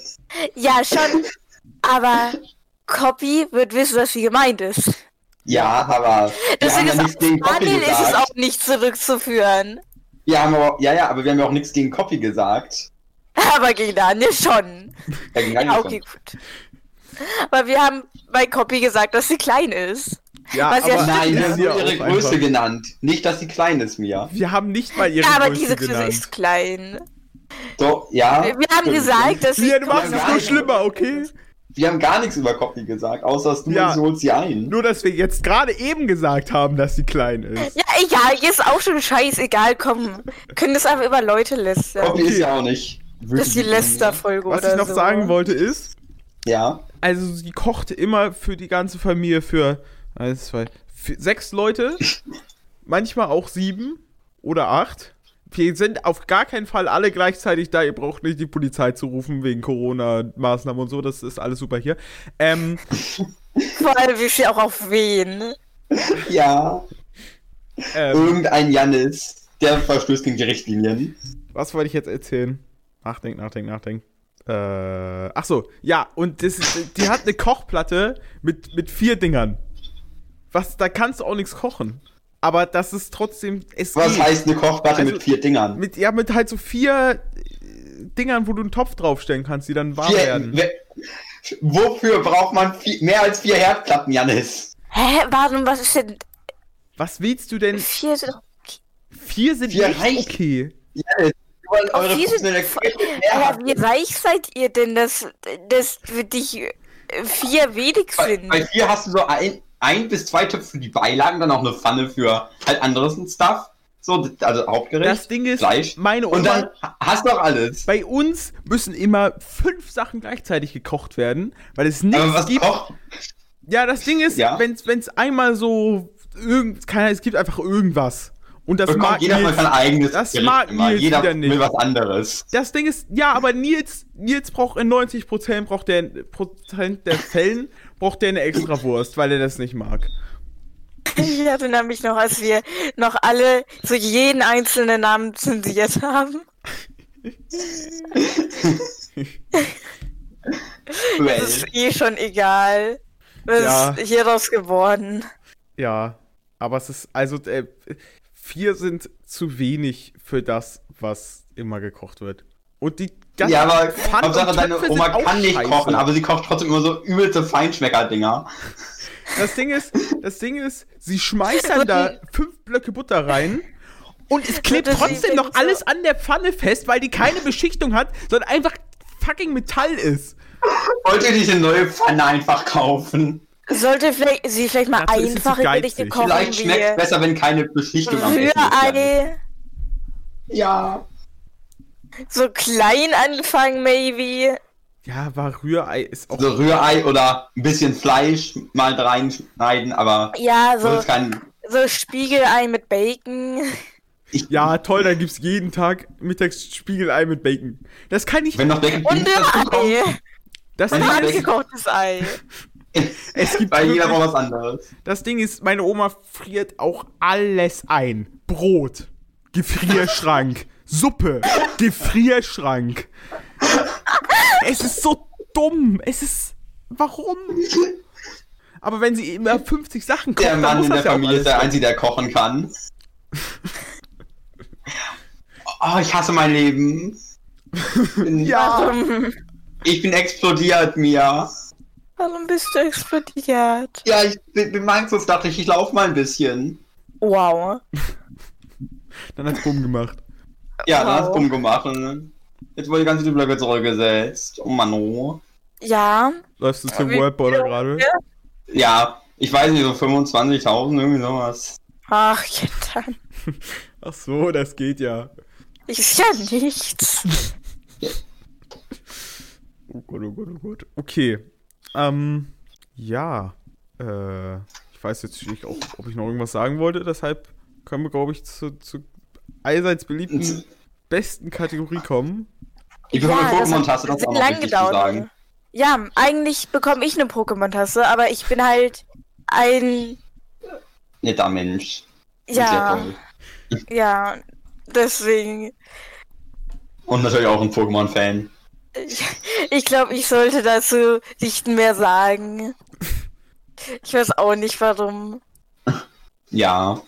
Speaker 3: Ja, schon. aber Copy wird wissen, was sie gemeint ist.
Speaker 1: Ja, aber wir haben
Speaker 3: Deswegen
Speaker 1: ja
Speaker 3: ist
Speaker 1: nichts gegen
Speaker 3: auf
Speaker 1: Copy
Speaker 3: Daniel ist es
Speaker 1: gesagt.
Speaker 3: auch nicht zurückzuführen. <laughs>
Speaker 1: Wir haben aber, ja, ja, aber wir haben ja auch nichts gegen Copy gesagt.
Speaker 3: Aber gegen Daniel schon.
Speaker 1: Ja, gegen Daniel
Speaker 3: Ja,
Speaker 1: schon.
Speaker 3: okay, gut. Aber wir haben bei Copy gesagt, dass sie klein ist.
Speaker 2: ja,
Speaker 3: was ja
Speaker 2: aber
Speaker 1: Nein, wir haben
Speaker 2: ist ja
Speaker 1: nur ihre
Speaker 2: auch
Speaker 1: Größe
Speaker 2: einfach-
Speaker 1: genannt. Nicht, dass sie klein ist, Mia.
Speaker 2: Wir haben nicht mal ihre
Speaker 3: ja, aber
Speaker 2: Größe
Speaker 3: diese Größe
Speaker 2: genannt.
Speaker 3: ist klein.
Speaker 1: So, ja.
Speaker 3: Wir haben
Speaker 1: Ah, stimmt.
Speaker 3: gesagt, dass sie.
Speaker 2: Mia, du machst es
Speaker 1: Ja,
Speaker 2: nur
Speaker 1: nein.
Speaker 2: schlimmer, okay?
Speaker 1: Wir haben gar nichts über Copy gesagt, außer dass du
Speaker 2: Ja.
Speaker 1: ja. holst sie ein.
Speaker 2: Nur, dass wir jetzt gerade eben gesagt haben, dass sie klein ist.
Speaker 3: Ja, egal, hier ist auch schon scheißegal, komm. Können das einfach über Leute lästern.
Speaker 1: Copy
Speaker 2: Okay.
Speaker 1: ist ja auch nicht.
Speaker 3: Das ist die
Speaker 1: wütend.
Speaker 3: Lästerfolge
Speaker 2: Was
Speaker 3: oder
Speaker 2: ich noch
Speaker 3: so.
Speaker 2: sagen wollte ist,
Speaker 1: Ja.
Speaker 2: also sie kocht immer für die ganze Familie, für, eins, zwei, vier, sechs Leute, manchmal auch sieben oder acht. Wir sind auf gar keinen Fall alle gleichzeitig da. Ihr braucht nicht die Polizei zu rufen wegen Corona-Maßnahmen und so. Das ist alles super hier. Ähm,
Speaker 3: Vor allem wisst ihr auch auf wen.
Speaker 1: Ja.
Speaker 2: ähm,
Speaker 1: Irgendein Janis, der verstößt gegen die Richtlinien.
Speaker 2: Was wollte ich jetzt erzählen? Nachdenken, nachdenken, nachdenken. Äh, ach so, ja, und das ist, die hat eine Kochplatte mit, mit vier Dingern. Was, da kannst du auch nichts kochen. Aber das ist trotzdem, es
Speaker 1: Was
Speaker 2: geht.
Speaker 1: heißt eine Kochplatte
Speaker 2: Also-
Speaker 1: mit vier Dingern?
Speaker 2: Mit, ja, mit halt so vier äh, Dingern, wo du einen Topf draufstellen kannst, die dann warm
Speaker 1: Vier,
Speaker 2: werden.
Speaker 1: we- wofür braucht man vi- mehr als vier Herdplatten, Janis?
Speaker 3: Hä, warum, was ist denn.
Speaker 2: Was willst du denn?
Speaker 3: Vier sind doch.
Speaker 2: Vier sind
Speaker 1: Vier
Speaker 2: nicht
Speaker 1: reicht.
Speaker 2: okay.
Speaker 1: Janis, wir wollen
Speaker 3: Auf
Speaker 1: eure
Speaker 3: diese-
Speaker 1: Füße in der Küche
Speaker 3: Ja,
Speaker 1: mehr
Speaker 3: wie reich seid ihr denn, dass, dass für dich äh, vier wenig
Speaker 1: bei,
Speaker 3: sind?
Speaker 1: bei vier hast du so ein, ein bis zwei Töpfe für die Beilagen, dann auch eine Pfanne für halt anderes Stuff. So, also Hauptgericht.
Speaker 2: Das Ding ist,
Speaker 1: Fleisch.
Speaker 2: meine Oma
Speaker 1: und dann hast du auch alles.
Speaker 2: Bei uns müssen immer fünf Sachen gleichzeitig gekocht werden, weil es
Speaker 1: Aber
Speaker 2: nichts
Speaker 1: was
Speaker 2: gibt.
Speaker 1: kocht?
Speaker 2: Ja, das Ding ist,
Speaker 1: Ja.
Speaker 2: wenn es einmal so irgend, keine, es gibt einfach irgendwas. Und das
Speaker 1: Bekommt
Speaker 2: mag
Speaker 1: jeder mal
Speaker 2: Nils.
Speaker 1: sein eigenes
Speaker 2: Das
Speaker 1: Gericht
Speaker 2: mag
Speaker 1: immer.
Speaker 2: Nils
Speaker 1: Jeder
Speaker 2: wieder
Speaker 1: will
Speaker 2: nicht.
Speaker 1: was anderes.
Speaker 2: Das Ding ist, ja, aber Nils, Nils braucht in 90 Prozent braucht der Prozent der Fällen braucht der eine extra Wurst, weil er das nicht mag.
Speaker 3: <laughs> Ich erinnere mich noch, als wir noch alle so jeden einzelnen Namen zensiert haben.
Speaker 1: Well.
Speaker 3: Das ist
Speaker 1: Äh.
Speaker 3: eh schon egal. Das
Speaker 2: Ja.
Speaker 3: ist hieraus geworden.
Speaker 2: Ja, aber es ist also äh, vier sind zu wenig für das, was immer gekocht wird. Und die ganzen
Speaker 1: ja, aber
Speaker 2: Pfannen und
Speaker 1: Hauptsache deine
Speaker 2: Töpfe sind
Speaker 1: Oma
Speaker 2: auch
Speaker 1: kann nicht
Speaker 2: scheiße.
Speaker 1: kochen, aber sie kocht trotzdem immer so übelste Feinschmecker-Dinger.
Speaker 2: Das Ding ist, das Ding ist, sie schmeißt dann da fünf Blöcke Butter rein und es klebt
Speaker 3: Das ist
Speaker 2: trotzdem noch
Speaker 3: so-
Speaker 2: alles an der Pfanne fest, weil die keine Beschichtung hat, sondern einfach fucking Metall ist.
Speaker 1: Wollt ihr nicht eine neue Pfanne einfach kaufen?
Speaker 3: Sollte vielleicht, sie vielleicht mal
Speaker 2: Dazu ist sie
Speaker 3: einfache Gerichte
Speaker 2: geizig.
Speaker 3: kochen
Speaker 1: Vielleicht schmeckt es
Speaker 3: wie
Speaker 1: besser, wenn keine Beschichtung am Essen ist. Janis.
Speaker 3: Rührei,
Speaker 1: Ja.
Speaker 3: so klein anfangen maybe.
Speaker 2: Ja, war Rührei ist auch.
Speaker 1: So Rührei oder ein bisschen Fleisch mal reinschneiden, aber
Speaker 3: Ja, so,
Speaker 1: sonst kein.
Speaker 3: so Spiegelei mit Bacon.
Speaker 1: <laughs>
Speaker 2: Ja, toll, dann gibt's jeden Tag mittags Spiegelei mit Bacon. Das kann ich.
Speaker 1: Wenn noch der
Speaker 3: Und
Speaker 1: <laughs>
Speaker 3: Rührei.
Speaker 2: Das
Speaker 1: wenn
Speaker 2: Ding,
Speaker 1: man-
Speaker 2: ist,
Speaker 3: Handgekochtes Ei.
Speaker 2: es gibt
Speaker 1: Weil jeder
Speaker 2: wirklich-
Speaker 1: braucht was anderes.
Speaker 2: das Ding ist, meine Oma friert auch alles ein. Brot, Gefrierschrank, <laughs> Suppe, Gefrierschrank. Es ist so dumm. Es ist. Warum? Aber wenn sie immer 50 Sachen kocht,
Speaker 1: Der
Speaker 2: dann
Speaker 1: Mann
Speaker 2: muss
Speaker 1: in
Speaker 2: das
Speaker 1: der
Speaker 2: ja auch
Speaker 1: Familie ist
Speaker 2: alles.
Speaker 1: der Einzige, der kochen
Speaker 2: <laughs>
Speaker 1: kann. Oh, ich hasse mein Leben.
Speaker 2: Ja,
Speaker 3: Warum?
Speaker 1: Ich bin explodiert, Mia.
Speaker 3: Warum bist du explodiert?
Speaker 1: Ja, ich bin bin Mainzus, dachte ich, ich laufe mal ein bisschen.
Speaker 3: Wow.
Speaker 2: Dann hat's bumm gemacht.
Speaker 1: Ja, dann
Speaker 3: Wow.
Speaker 1: hast du bumm gemacht. und dann- Jetzt wurde die ganze die Blöcke zurückgesetzt. Oh Mann, oh.
Speaker 3: Ja,
Speaker 2: Läufst du zum
Speaker 3: Wie-
Speaker 2: Worldborder gerade?
Speaker 3: Ja.
Speaker 1: Ja, ich weiß nicht, so 25.000, irgendwie sowas.
Speaker 3: ach ja dann.
Speaker 2: Ach so, das geht ja.
Speaker 3: Ist ja
Speaker 1: <laughs>
Speaker 3: nichts.
Speaker 2: Oh Gott, oh Gott, oh Gott. Okay. Ähm, ja. Äh, ich weiß jetzt nicht, auch, ob ich noch irgendwas sagen wollte. Deshalb können wir, glaube ich, zu, zu allseits
Speaker 3: Äh.
Speaker 2: beliebten besten Kategorie kommen.
Speaker 1: Ich bekomme
Speaker 3: ja,
Speaker 1: eine Pokémon-Tasse,
Speaker 3: hat
Speaker 1: das ist auch noch
Speaker 3: lang also.
Speaker 1: wichtig zu sagen.
Speaker 3: Ja, eigentlich bekomme ich eine Pokémon-Tasse, aber ich bin halt ein.
Speaker 1: Netter Mensch. Sehr
Speaker 3: Ja,
Speaker 1: toll.
Speaker 3: ja. Deswegen.
Speaker 1: Und natürlich auch ein Pokémon-Fan.
Speaker 3: Ich glaube, ich sollte dazu nicht mehr sagen. Ich weiß auch nicht warum.
Speaker 1: Ja,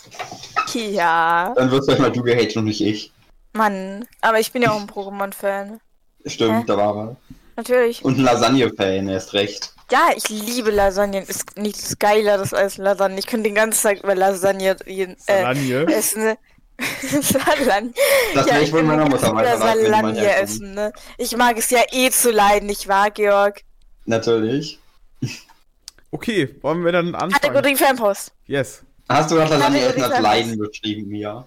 Speaker 3: Ja.
Speaker 1: dann wirst vielleicht mal du gehatet und nicht ich.
Speaker 3: Mann. Aber ich bin ja auch ein Pokémon-Fan.
Speaker 1: Stimmt,
Speaker 3: Hä?
Speaker 1: da war er.
Speaker 3: Natürlich.
Speaker 1: Und ein Lasagne-Fan, erst recht.
Speaker 3: Ja, ich liebe Lasagnen. Ist nichts geileres als Lasagne. Ich könnte den ganzen Tag über Lasagne reden, äh,
Speaker 2: Salanie.
Speaker 3: essen. <laughs> Lasagne.
Speaker 1: Das wäre ich wohl
Speaker 3: bin
Speaker 1: meiner
Speaker 3: ein
Speaker 1: Mutter
Speaker 3: richtiger
Speaker 1: weiterleiten, wenn die meinen
Speaker 3: Lasagne
Speaker 1: Eltern-
Speaker 3: essen, ne? Ich mag es ja eh zu leiden, nicht wahr, Georg?
Speaker 1: Natürlich.
Speaker 2: Okay, wollen wir dann anfangen?
Speaker 3: Kategorie Fanpost.
Speaker 2: Yes.
Speaker 1: Hast du gerade Lasagne
Speaker 3: Lasagne
Speaker 1: essen als
Speaker 3: ist
Speaker 1: Leiden beschrieben, Mia?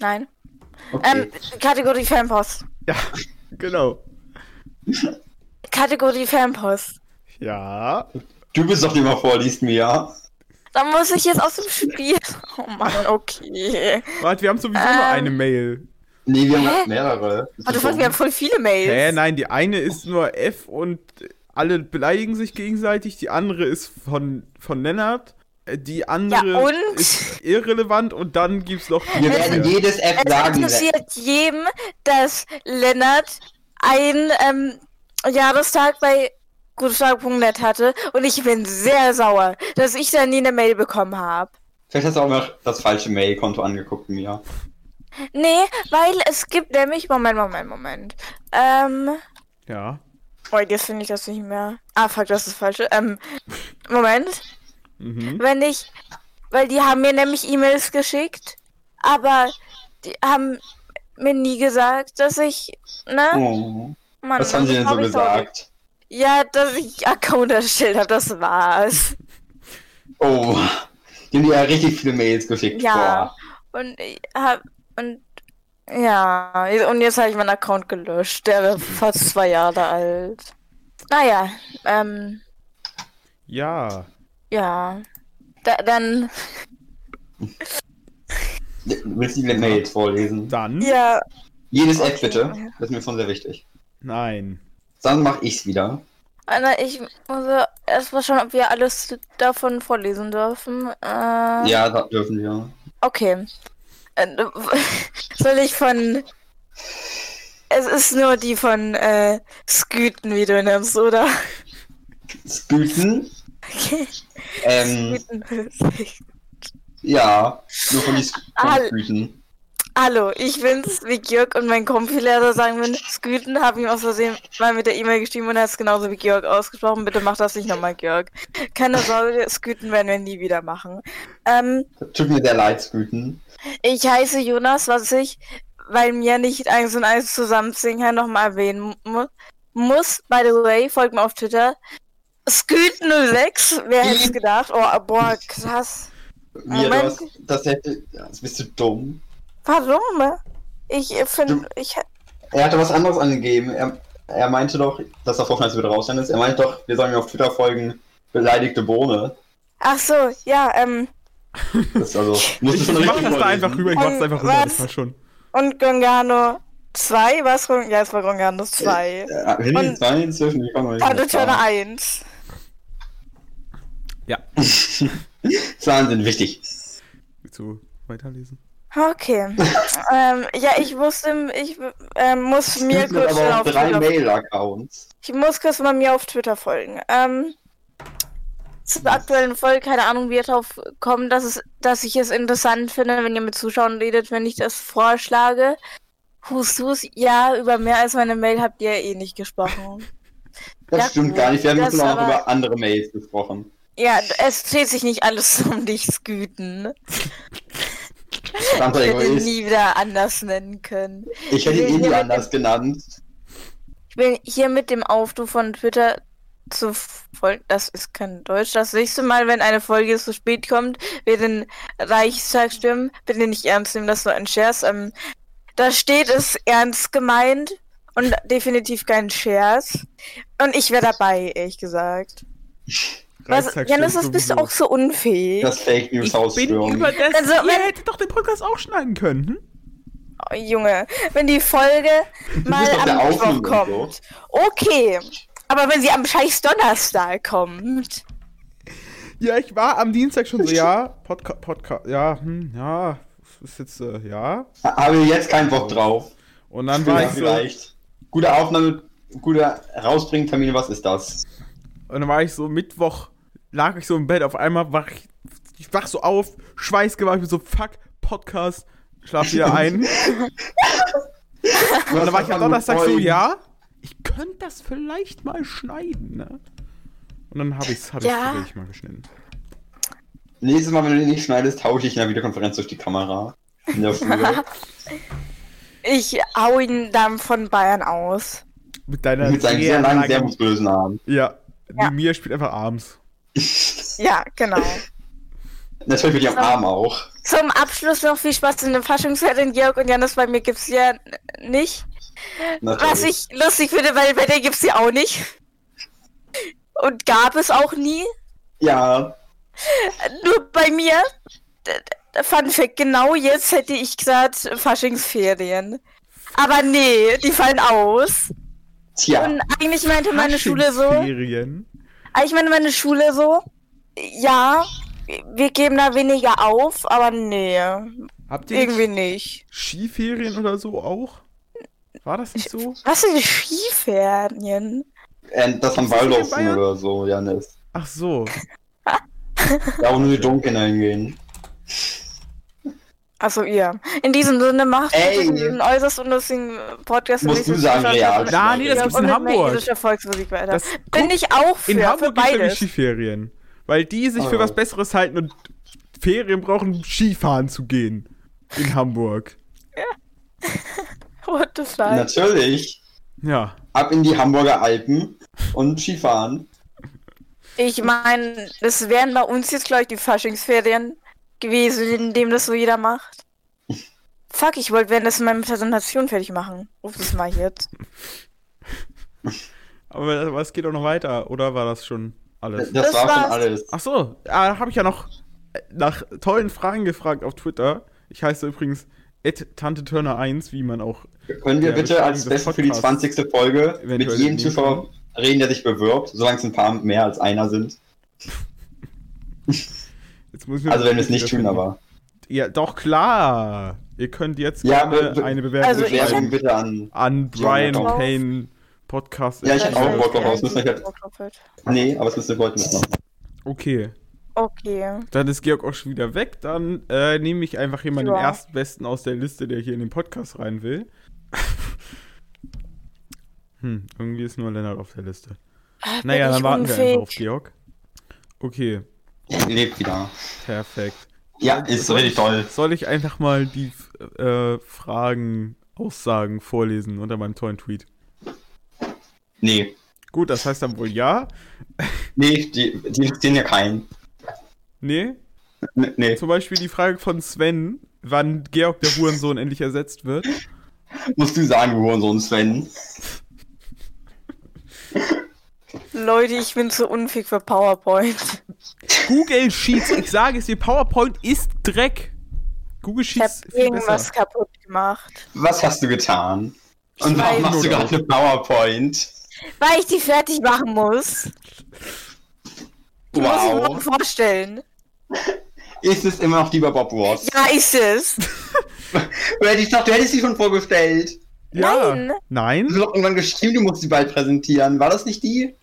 Speaker 3: Nein.
Speaker 1: Okay.
Speaker 3: Ähm, Kategorie Fanpost.
Speaker 2: Ja, <laughs> genau.
Speaker 3: Kategorie Fanpost.
Speaker 2: Ja.
Speaker 1: du bist doch die mal vorliest, Mia.
Speaker 3: Da muss ich jetzt aus dem Spiel. <laughs> Oh Mann, okay.
Speaker 2: Warte, wir haben sowieso nur
Speaker 3: Ähm.
Speaker 2: eine Mail.
Speaker 1: Nee, wir haben
Speaker 3: Hä?
Speaker 1: mehrere.
Speaker 3: Warte, fuck, wir haben voll viele Mails.
Speaker 2: Hä, nein, die eine ist nur F und alle beleidigen sich gegenseitig, die andere ist von, von Lennart, äh, die andere
Speaker 3: Ja, und?
Speaker 2: ist irrelevant und dann gibt's noch die
Speaker 1: Wir werden
Speaker 2: hier.
Speaker 1: jedes App
Speaker 3: Es
Speaker 1: sagen.
Speaker 3: interessiert jedem, dass Lennart einen ähm, Jahrestag bei gutestag.net hatte und ich bin sehr sauer, dass ich da nie eine Mail bekommen habe.
Speaker 1: Vielleicht hast du auch mal das falsche Mail-Konto angeguckt, Mia.
Speaker 3: Nee, weil es gibt nämlich. Moment, Moment, Moment. Ähm.
Speaker 2: Ja.
Speaker 3: Oh, jetzt finde ich das nicht mehr. Ah, fuck, das ist falsch. Ähm. Moment.
Speaker 2: Mhm.
Speaker 3: Wenn ich. Weil die haben mir nämlich E-Mails geschickt, aber die haben mir nie gesagt, dass ich. Ne?
Speaker 1: Oh.
Speaker 3: Mann,
Speaker 1: Was haben sie denn so
Speaker 3: hab ich doch-
Speaker 1: gesagt?
Speaker 3: Ja, dass ich Account erstellt habe, das war's.
Speaker 1: Oh. Die haben dir ja richtig viele Mails geschickt.
Speaker 3: Ja.
Speaker 1: Boah.
Speaker 3: Und ich hab. Und. Ja. Und jetzt habe ich meinen Account gelöscht. Der war fast zwei Jahre alt. Naja, ähm.
Speaker 2: Ja.
Speaker 3: Ja. Da, dann.
Speaker 1: Willst du die Mails vorlesen?
Speaker 2: Dann?
Speaker 3: Ja.
Speaker 1: Jedes App
Speaker 3: Okay.
Speaker 1: bitte. Das ist mir schon sehr wichtig.
Speaker 2: Nein.
Speaker 1: Dann mache ich's wieder.
Speaker 3: Anna, ich muss ja erst mal schauen, ob wir alles davon vorlesen dürfen. Äh,
Speaker 1: Ja, das dürfen wir.
Speaker 3: Okay. Äh, Soll ich von. Es ist nur die von äh, Sküten, wie du nimmst, oder?
Speaker 1: Spüten.
Speaker 3: Okay.
Speaker 1: Ähm, ja. Nur von die
Speaker 3: Al-
Speaker 1: Spüten.
Speaker 3: Hallo, ich bin's, wie Georg und mein Kompilehrer sagen will, Sküten habe ihm aus Versehen mal mit der E-Mail geschrieben und er hat es genauso wie Georg ausgesprochen. Bitte mach das nicht nochmal, Georg. Keine Sorge, Sküten werden wir nie wieder machen. Ähm,
Speaker 1: Tut mir sehr leid, Spüten.
Speaker 3: ich heiße Jonas, was ich, weil mir nicht eins und eins zusammenzingen kann, nochmal erwähnen mu muss. By the way, folgt mir auf Twitter. Sküten06, wer hätte es gedacht? Oh, boah, krass.
Speaker 1: Mia, du
Speaker 3: Moment.
Speaker 1: hast, das hätte. Das bist du dumm.
Speaker 3: Warum? Ich finde, ich
Speaker 1: Er hatte was anderes angegeben. Er, er meinte doch, dass er vorhin als wieder raus sein ist. Er meinte doch, wir sollen ihm auf Twitter folgen. Beleidigte Bohne.
Speaker 3: Ach so, ja, ähm,
Speaker 1: Das ist also, musst du
Speaker 2: Ich
Speaker 1: schon
Speaker 2: mach
Speaker 1: richtig
Speaker 2: das da einfach rüber, ich mach's einfach rüber, das
Speaker 3: Was?
Speaker 2: war schon.
Speaker 3: und Gongano 2, was? Ja, es war Gongano Ah, 2.
Speaker 1: Wenn die
Speaker 3: Und-
Speaker 1: zwei inzwischen, die kommen wir nicht
Speaker 3: Tato
Speaker 1: mehr
Speaker 3: Turner
Speaker 1: klar.
Speaker 3: 1.
Speaker 2: Ja.
Speaker 1: Zahlen sind wichtig.
Speaker 2: Willst du weiterlesen?
Speaker 3: Okay. ähm, ja, ich muss, im, ich ähm, muss mir
Speaker 1: Spüten hat
Speaker 3: kurz
Speaker 1: aber
Speaker 3: auf
Speaker 1: auch drei
Speaker 3: Twitter,
Speaker 1: Mail-Accounts.
Speaker 3: ich muss kurz mal mir auf Twitter folgen. Ähm, zur aktuellen Folge, keine Ahnung, wie ihr drauf kommt, dass, es, dass ich es interessant finde, wenn ihr mit Zuschauern redet, wenn ich das vorschlage. Hus, hus, ja, über mehr als meine Mail habt ihr eh nicht gesprochen.
Speaker 1: Das
Speaker 3: Ja,
Speaker 1: stimmt
Speaker 3: gut,
Speaker 1: gar nicht. Wir haben
Speaker 3: das
Speaker 1: jetzt noch
Speaker 3: aber-
Speaker 1: über andere Mails gesprochen.
Speaker 3: Ja, es dreht sich nicht alles <laughs> um dich, Sküten. Ich
Speaker 1: Verdammter
Speaker 3: hätte ihn
Speaker 1: Egoist.
Speaker 3: nie wieder anders nennen können.
Speaker 1: Ich hätte
Speaker 3: Hier
Speaker 1: ihn nie
Speaker 3: mit
Speaker 1: anders genannt.
Speaker 3: Ich will hier mit dem Aufruf von Twitter zu folgen. Das ist kein Deutsch. Das nächste Mal, wenn eine Folge zu spät kommt, wir den Reichstag stürmen, bitte nicht ernst nehmen, das war ein Scherz. Ähm, da steht es ernst gemeint und definitiv kein Scherz. Und ich wäre dabei, ehrlich gesagt. Was,
Speaker 2: Reichstag
Speaker 3: Janis,
Speaker 2: stimmt
Speaker 3: das bist du
Speaker 2: sowieso.
Speaker 3: auch so unfähig.
Speaker 1: Das Fake News
Speaker 2: Ich bin
Speaker 1: Hausstörung.
Speaker 2: über das.
Speaker 3: Also,
Speaker 2: ihr
Speaker 3: wenn-
Speaker 2: hättet doch den Podcast auch schneiden können. Hm?
Speaker 3: Oh, Junge, wenn die Folge mal
Speaker 1: doch der
Speaker 3: am Mittwoch
Speaker 1: Aufnehmer
Speaker 3: kommt. Okay, aber wenn sie am scheiß Donnerstag kommt.
Speaker 2: Ja, ich war am Dienstag schon so, ja, Podcast, Podca ja, hm, ja, es ist jetzt, äh, ja.
Speaker 1: Habe ich jetzt keinen Bock drauf.
Speaker 2: Und dann war
Speaker 1: Ja,
Speaker 2: ich so,
Speaker 1: vielleicht. Gute Aufnahme, guter Rausbringen-Termin, was ist das?
Speaker 2: und dann war ich so, Mittwoch lag ich so im Bett, auf einmal wach ich, ich wach so auf, schweißgewacht, ich bin so, fuck, Podcast, schlaf wieder ein. Und dann war ich am Donnerstag so, ja, ich könnte das vielleicht mal schneiden, ne? Und dann habe ich's, hab
Speaker 3: Ja.
Speaker 2: ich's wirklich mal geschnitten.
Speaker 1: Nächstes Mal, wenn du den nicht schneidest, tausche ich in der Videokonferenz durch die Kamera. In der
Speaker 3: <laughs>
Speaker 1: Schule.
Speaker 3: Ich hau ihn dann von Bayern aus.
Speaker 2: Mit deiner
Speaker 1: mit seinem sehr langen, sehr muskulösen Arm.
Speaker 2: Ja,
Speaker 3: Ja.
Speaker 2: die Mia spielt einfach abends.
Speaker 3: Ja,
Speaker 1: <laughs>
Speaker 3: genau.
Speaker 1: Natürlich mit ihrem Arm auch.
Speaker 3: Zum Abschluss noch viel Spaß in der Faschingsferien, Georg und Janis. Bei mir gibt's ja n- nicht.
Speaker 1: Natürlich.
Speaker 3: Was ich lustig finde, weil bei dir gibt's ja auch nicht. Und gab es auch nie.
Speaker 1: Ja,
Speaker 3: Nur bei mir. d- d- Fun Fact, genau jetzt hätte ich gesagt Faschingsferien. Aber nee, die fallen aus.
Speaker 1: tja.
Speaker 3: Und eigentlich meinte meine Schule so,
Speaker 2: Faschingsferien.
Speaker 3: Ah, Ich meine, meine Schule so, ja, wir geben da weniger auf, aber nee,
Speaker 2: Habt ihr
Speaker 3: irgendwie nicht.
Speaker 2: Skiferien oder so auch? War das nicht so?
Speaker 3: Was sind Skiferien?
Speaker 1: Äh, das am
Speaker 2: Ist das in
Speaker 1: Waldorf
Speaker 2: Bayern?
Speaker 1: oder so, Janis.
Speaker 2: Ach so.
Speaker 1: Da, wo nur die Dunkeln hingehen.
Speaker 3: Achso, ihr. Also, In diesem Sinne macht
Speaker 1: Ey.
Speaker 3: diesen äußerst unnötigen Podcast.
Speaker 1: Musst du sagen, real.
Speaker 2: Na, nee, das gibt's in Hamburg.
Speaker 3: Volksmusik weiter.
Speaker 2: Das-
Speaker 3: Bin ich auch für,
Speaker 2: In
Speaker 3: für
Speaker 2: Hamburg gibt es nämlich
Speaker 3: beides.
Speaker 2: Skiferien. Weil die sich für
Speaker 1: Oh.
Speaker 2: was Besseres halten und Ferien brauchen, Skifahren zu gehen. In Hamburg. <laughs>
Speaker 3: What the fuck?
Speaker 1: Natürlich.
Speaker 2: Ja.
Speaker 1: Ab in die Hamburger Alpen und Skifahren.
Speaker 3: Ich meine, das wären bei uns jetzt, glaube ich, die Faschingsferien gewesen, indem das so
Speaker 1: <laughs>
Speaker 3: jeder macht. Fuck, ich wollte während das in meiner Präsentation fertig machen. Ruf das mal jetzt.
Speaker 2: Aber, aber es geht auch noch weiter, oder war das schon
Speaker 1: Das,
Speaker 2: alles?
Speaker 1: das
Speaker 3: Das
Speaker 1: war schon
Speaker 3: war's.
Speaker 1: alles.
Speaker 2: Ach so, ah, da habe ich ja noch äh, nach tollen Fragen gefragt auf Twitter. Ich heiße übrigens Tante Turner 1, wie man auch
Speaker 1: Können wir
Speaker 2: Ja,
Speaker 1: bitte
Speaker 2: wir
Speaker 1: als
Speaker 2: schreiben
Speaker 1: Beste
Speaker 2: das
Speaker 1: für die
Speaker 2: Podcast
Speaker 1: 20. Folge mit jedem
Speaker 2: eventuell nehmen
Speaker 1: Zuschauer reden, der sich bewirbt, solange es ein paar mehr als einer sind?
Speaker 2: Jetzt muss ich mir
Speaker 1: Also wenn wir es
Speaker 2: wieder
Speaker 1: nicht tun,
Speaker 2: finden.
Speaker 1: aber.
Speaker 2: Ja, doch klar. Ihr könnt jetzt
Speaker 1: Ja,
Speaker 2: gerne
Speaker 1: be- be-
Speaker 2: eine Bewerbung
Speaker 3: Also ich
Speaker 1: Bewerbung
Speaker 2: schreiben
Speaker 1: bitte an.
Speaker 2: an
Speaker 1: Ja,
Speaker 2: Brian
Speaker 1: drauf.
Speaker 2: Payne Podcast.
Speaker 1: Ja, ich hab auch Bock drauf,
Speaker 3: Ja,
Speaker 1: das müssen wir jetzt-
Speaker 3: Bock drauf halt.
Speaker 1: Nee, aber es müssen wir heute mitmachen.
Speaker 2: Okay,
Speaker 3: Okay.
Speaker 2: dann ist Georg auch schon wieder weg. Dann äh, nehme ich einfach jemanden den
Speaker 3: Ja.
Speaker 2: ersten besten aus der Liste, der hier in den Podcast rein will. <laughs> hm, irgendwie ist nur Lennart auf der Liste. Naja,
Speaker 3: ich
Speaker 2: dann warten wir
Speaker 3: unfähig.
Speaker 2: einfach auf Georg. Okay,
Speaker 1: Er lebt wieder.
Speaker 2: perfekt.
Speaker 1: Ja, ist richtig toll.
Speaker 2: Soll ich einfach mal die äh, Fragen, Aussagen vorlesen unter meinem tollen Tweet?
Speaker 1: Nee.
Speaker 2: Gut, das heißt dann wohl ja.
Speaker 1: Nee, die, die interessieren ja keinen.
Speaker 2: Nee,
Speaker 1: N- Nee,
Speaker 2: zum Beispiel die Frage von Sven, wann Georg der Hurensohn endlich ersetzt wird.
Speaker 1: musst du sagen, Hurensohn Sven.
Speaker 3: Leute, ich bin zu unfähig für PowerPoint.
Speaker 2: Google Sheets, ich sage es dir, PowerPoint ist Dreck. Google
Speaker 3: Ich hab
Speaker 2: Sheets ist viel
Speaker 3: irgendwas
Speaker 2: besser.
Speaker 3: kaputt gemacht.
Speaker 1: Was hast du getan? Und
Speaker 3: weiß
Speaker 1: warum machst du
Speaker 2: nicht.
Speaker 1: gerade eine PowerPoint?
Speaker 3: Weil ich die fertig machen muss. Die muss ich morgen
Speaker 1: Wow.
Speaker 3: vorstellen.
Speaker 1: Ist es immer noch lieber Bob Ross?
Speaker 3: Ja, ist es.
Speaker 1: Hätte ich gedacht, du hättest sie schon vorgestellt.
Speaker 3: Nein.
Speaker 1: Du
Speaker 2: Nein?
Speaker 1: hast doch irgendwann geschrieben, du musst sie bald präsentieren. War das nicht die?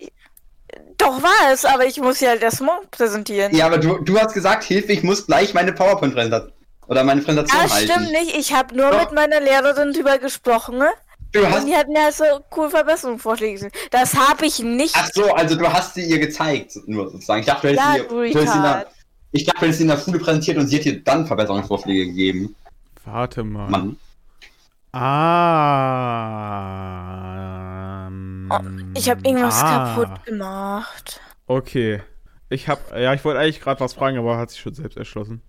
Speaker 3: Doch war es, aber ich muss sie halt erst morgen präsentieren.
Speaker 1: Ja, aber du, du hast gesagt, Hilfe, ich muss gleich meine PowerPoint-Präsentation oder meine Präsentation
Speaker 3: Das
Speaker 1: halten.
Speaker 3: stimmt nicht. Ich habe nur
Speaker 1: Doch.
Speaker 3: mit meiner Lehrerin drüber gesprochen. ne?
Speaker 1: Du
Speaker 3: Und
Speaker 1: hast.
Speaker 3: die hat mir halt so coole Verbesserungsvorschläge gesehen. Das habe ich nicht.
Speaker 1: Ach so, also du hast sie ihr gezeigt, nur sozusagen. Ich dachte, du hättest
Speaker 3: Ja,
Speaker 1: sie ihr-
Speaker 3: du
Speaker 1: du hättest sie in der-
Speaker 3: Retard.
Speaker 1: ich dachte, du hättest sie in der Schule präsentiert und sie hat dir dann Verbesserungsvorschläge gegeben.
Speaker 2: Warte mal.
Speaker 1: Mann.
Speaker 2: Ah. ähm,
Speaker 3: Oh, ich habe irgendwas
Speaker 2: ah.
Speaker 3: kaputt gemacht.
Speaker 2: Okay. Ich hab, ja, ich wollte eigentlich gerade was fragen, aber hat sich schon selbst erschlossen.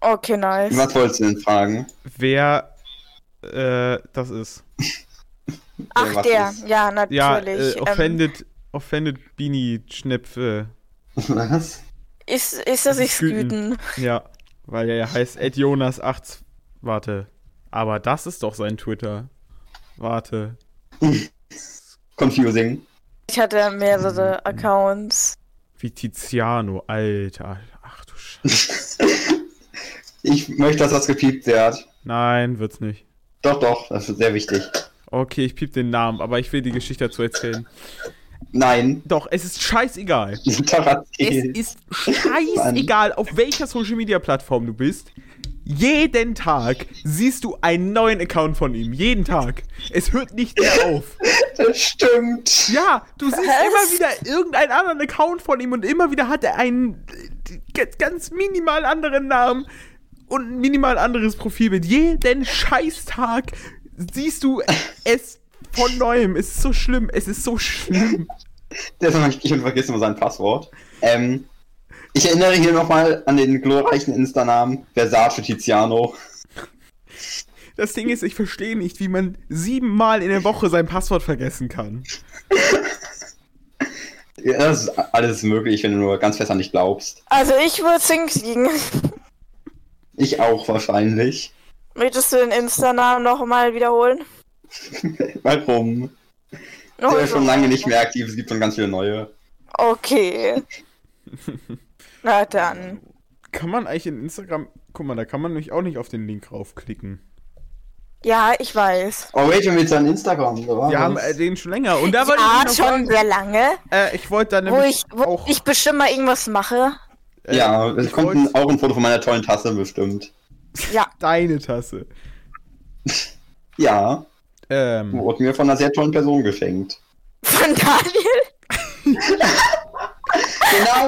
Speaker 3: Okay, nice.
Speaker 1: Was wolltest du denn fragen? <laughs>
Speaker 2: Wer äh, das ist.
Speaker 3: Ach,
Speaker 1: was
Speaker 3: der.
Speaker 1: ist?
Speaker 3: Ja,
Speaker 2: Ja, äh,
Speaker 3: natürlich. ähm,
Speaker 2: offended, offended Beanie Schnepfe.
Speaker 1: Was?
Speaker 3: ist, ist das nicht
Speaker 2: Güten.
Speaker 3: Sküten?
Speaker 2: Ja, weil er heißt Ed Jonas 8. Warte. Aber das ist doch sein Twitter. Warte.
Speaker 1: Confusing.
Speaker 3: Ich hatte mehrere Accounts.
Speaker 2: Wie Tiziano, Alter. Ach du Scheiße.
Speaker 1: Ich möchte, dass das gepiept wird.
Speaker 2: Nein, wird's nicht.
Speaker 1: Doch, doch, das ist sehr wichtig.
Speaker 2: Okay, ich piep den Namen, aber ich will die Geschichte dazu erzählen.
Speaker 1: Nein. <laughs>
Speaker 2: Doch, es ist scheißegal. Es
Speaker 1: Taraski.
Speaker 2: ist scheißegal, auf welcher Social Media Plattform du bist. Jeden Tag siehst du einen neuen Account von ihm. Jeden Tag. Es hört nicht mehr auf.
Speaker 1: Das stimmt.
Speaker 2: Ja, du siehst immer
Speaker 3: Was?
Speaker 2: wieder irgendeinen anderen Account von ihm und immer wieder hat er einen äh, g- ganz minimal anderen Namen und ein minimal anderes Profilbild. Jeden Scheißtag siehst du es von neuem. Es ist so schlimm. Es ist so schlimm.
Speaker 1: Deshalb habe ich nicht vergessen immer sein Passwort. Ähm, ich erinnere hier nochmal an den glorreichen Insta-Namen Versace Tiziano.
Speaker 2: Das Ding ist, ich verstehe nicht, wie man siebenmal in der Woche sein Passwort vergessen kann.
Speaker 1: Ja, das ist alles möglich, wenn du nur ganz fest an dich glaubst.
Speaker 3: Also ich würde hinkriegen.
Speaker 1: Ich auch wahrscheinlich. <laughs>
Speaker 3: Möchtest du den Insta-Namen nochmal wiederholen?
Speaker 1: Warum?
Speaker 3: Noch
Speaker 1: Der ist
Speaker 3: so.
Speaker 1: schon lange nicht mehr aktiv, es gibt schon ganz viele neue.
Speaker 2: <laughs>
Speaker 3: Okay. Na dann.
Speaker 2: Kann man eigentlich in Instagram. Guck mal, da kann man nämlich auch nicht auf den Link raufklicken.
Speaker 3: Ja, ich weiß.
Speaker 1: Oh, wait, wir haben jetzt an Instagram. oder?
Speaker 2: Wir haben äh, den schon länger. Und da wollte
Speaker 3: Ja,
Speaker 2: ich noch
Speaker 3: Ah, schon sehr lange.
Speaker 2: Äh, ich wollte da
Speaker 3: Wo
Speaker 2: nämlich
Speaker 3: ich, wo
Speaker 2: auch.
Speaker 3: ich bestimmt mal irgendwas mache.
Speaker 2: äh,
Speaker 1: ja, es
Speaker 2: ich
Speaker 1: kommt
Speaker 2: wollte-
Speaker 1: ein, auch ein Foto von meiner tollen Tasse bestimmt.
Speaker 3: Ja. <laughs>
Speaker 2: Deine Tasse.
Speaker 1: Ja,
Speaker 2: Ähm,
Speaker 1: wurde mir von einer sehr tollen Person geschenkt.
Speaker 3: Von Daniel?
Speaker 1: Genau!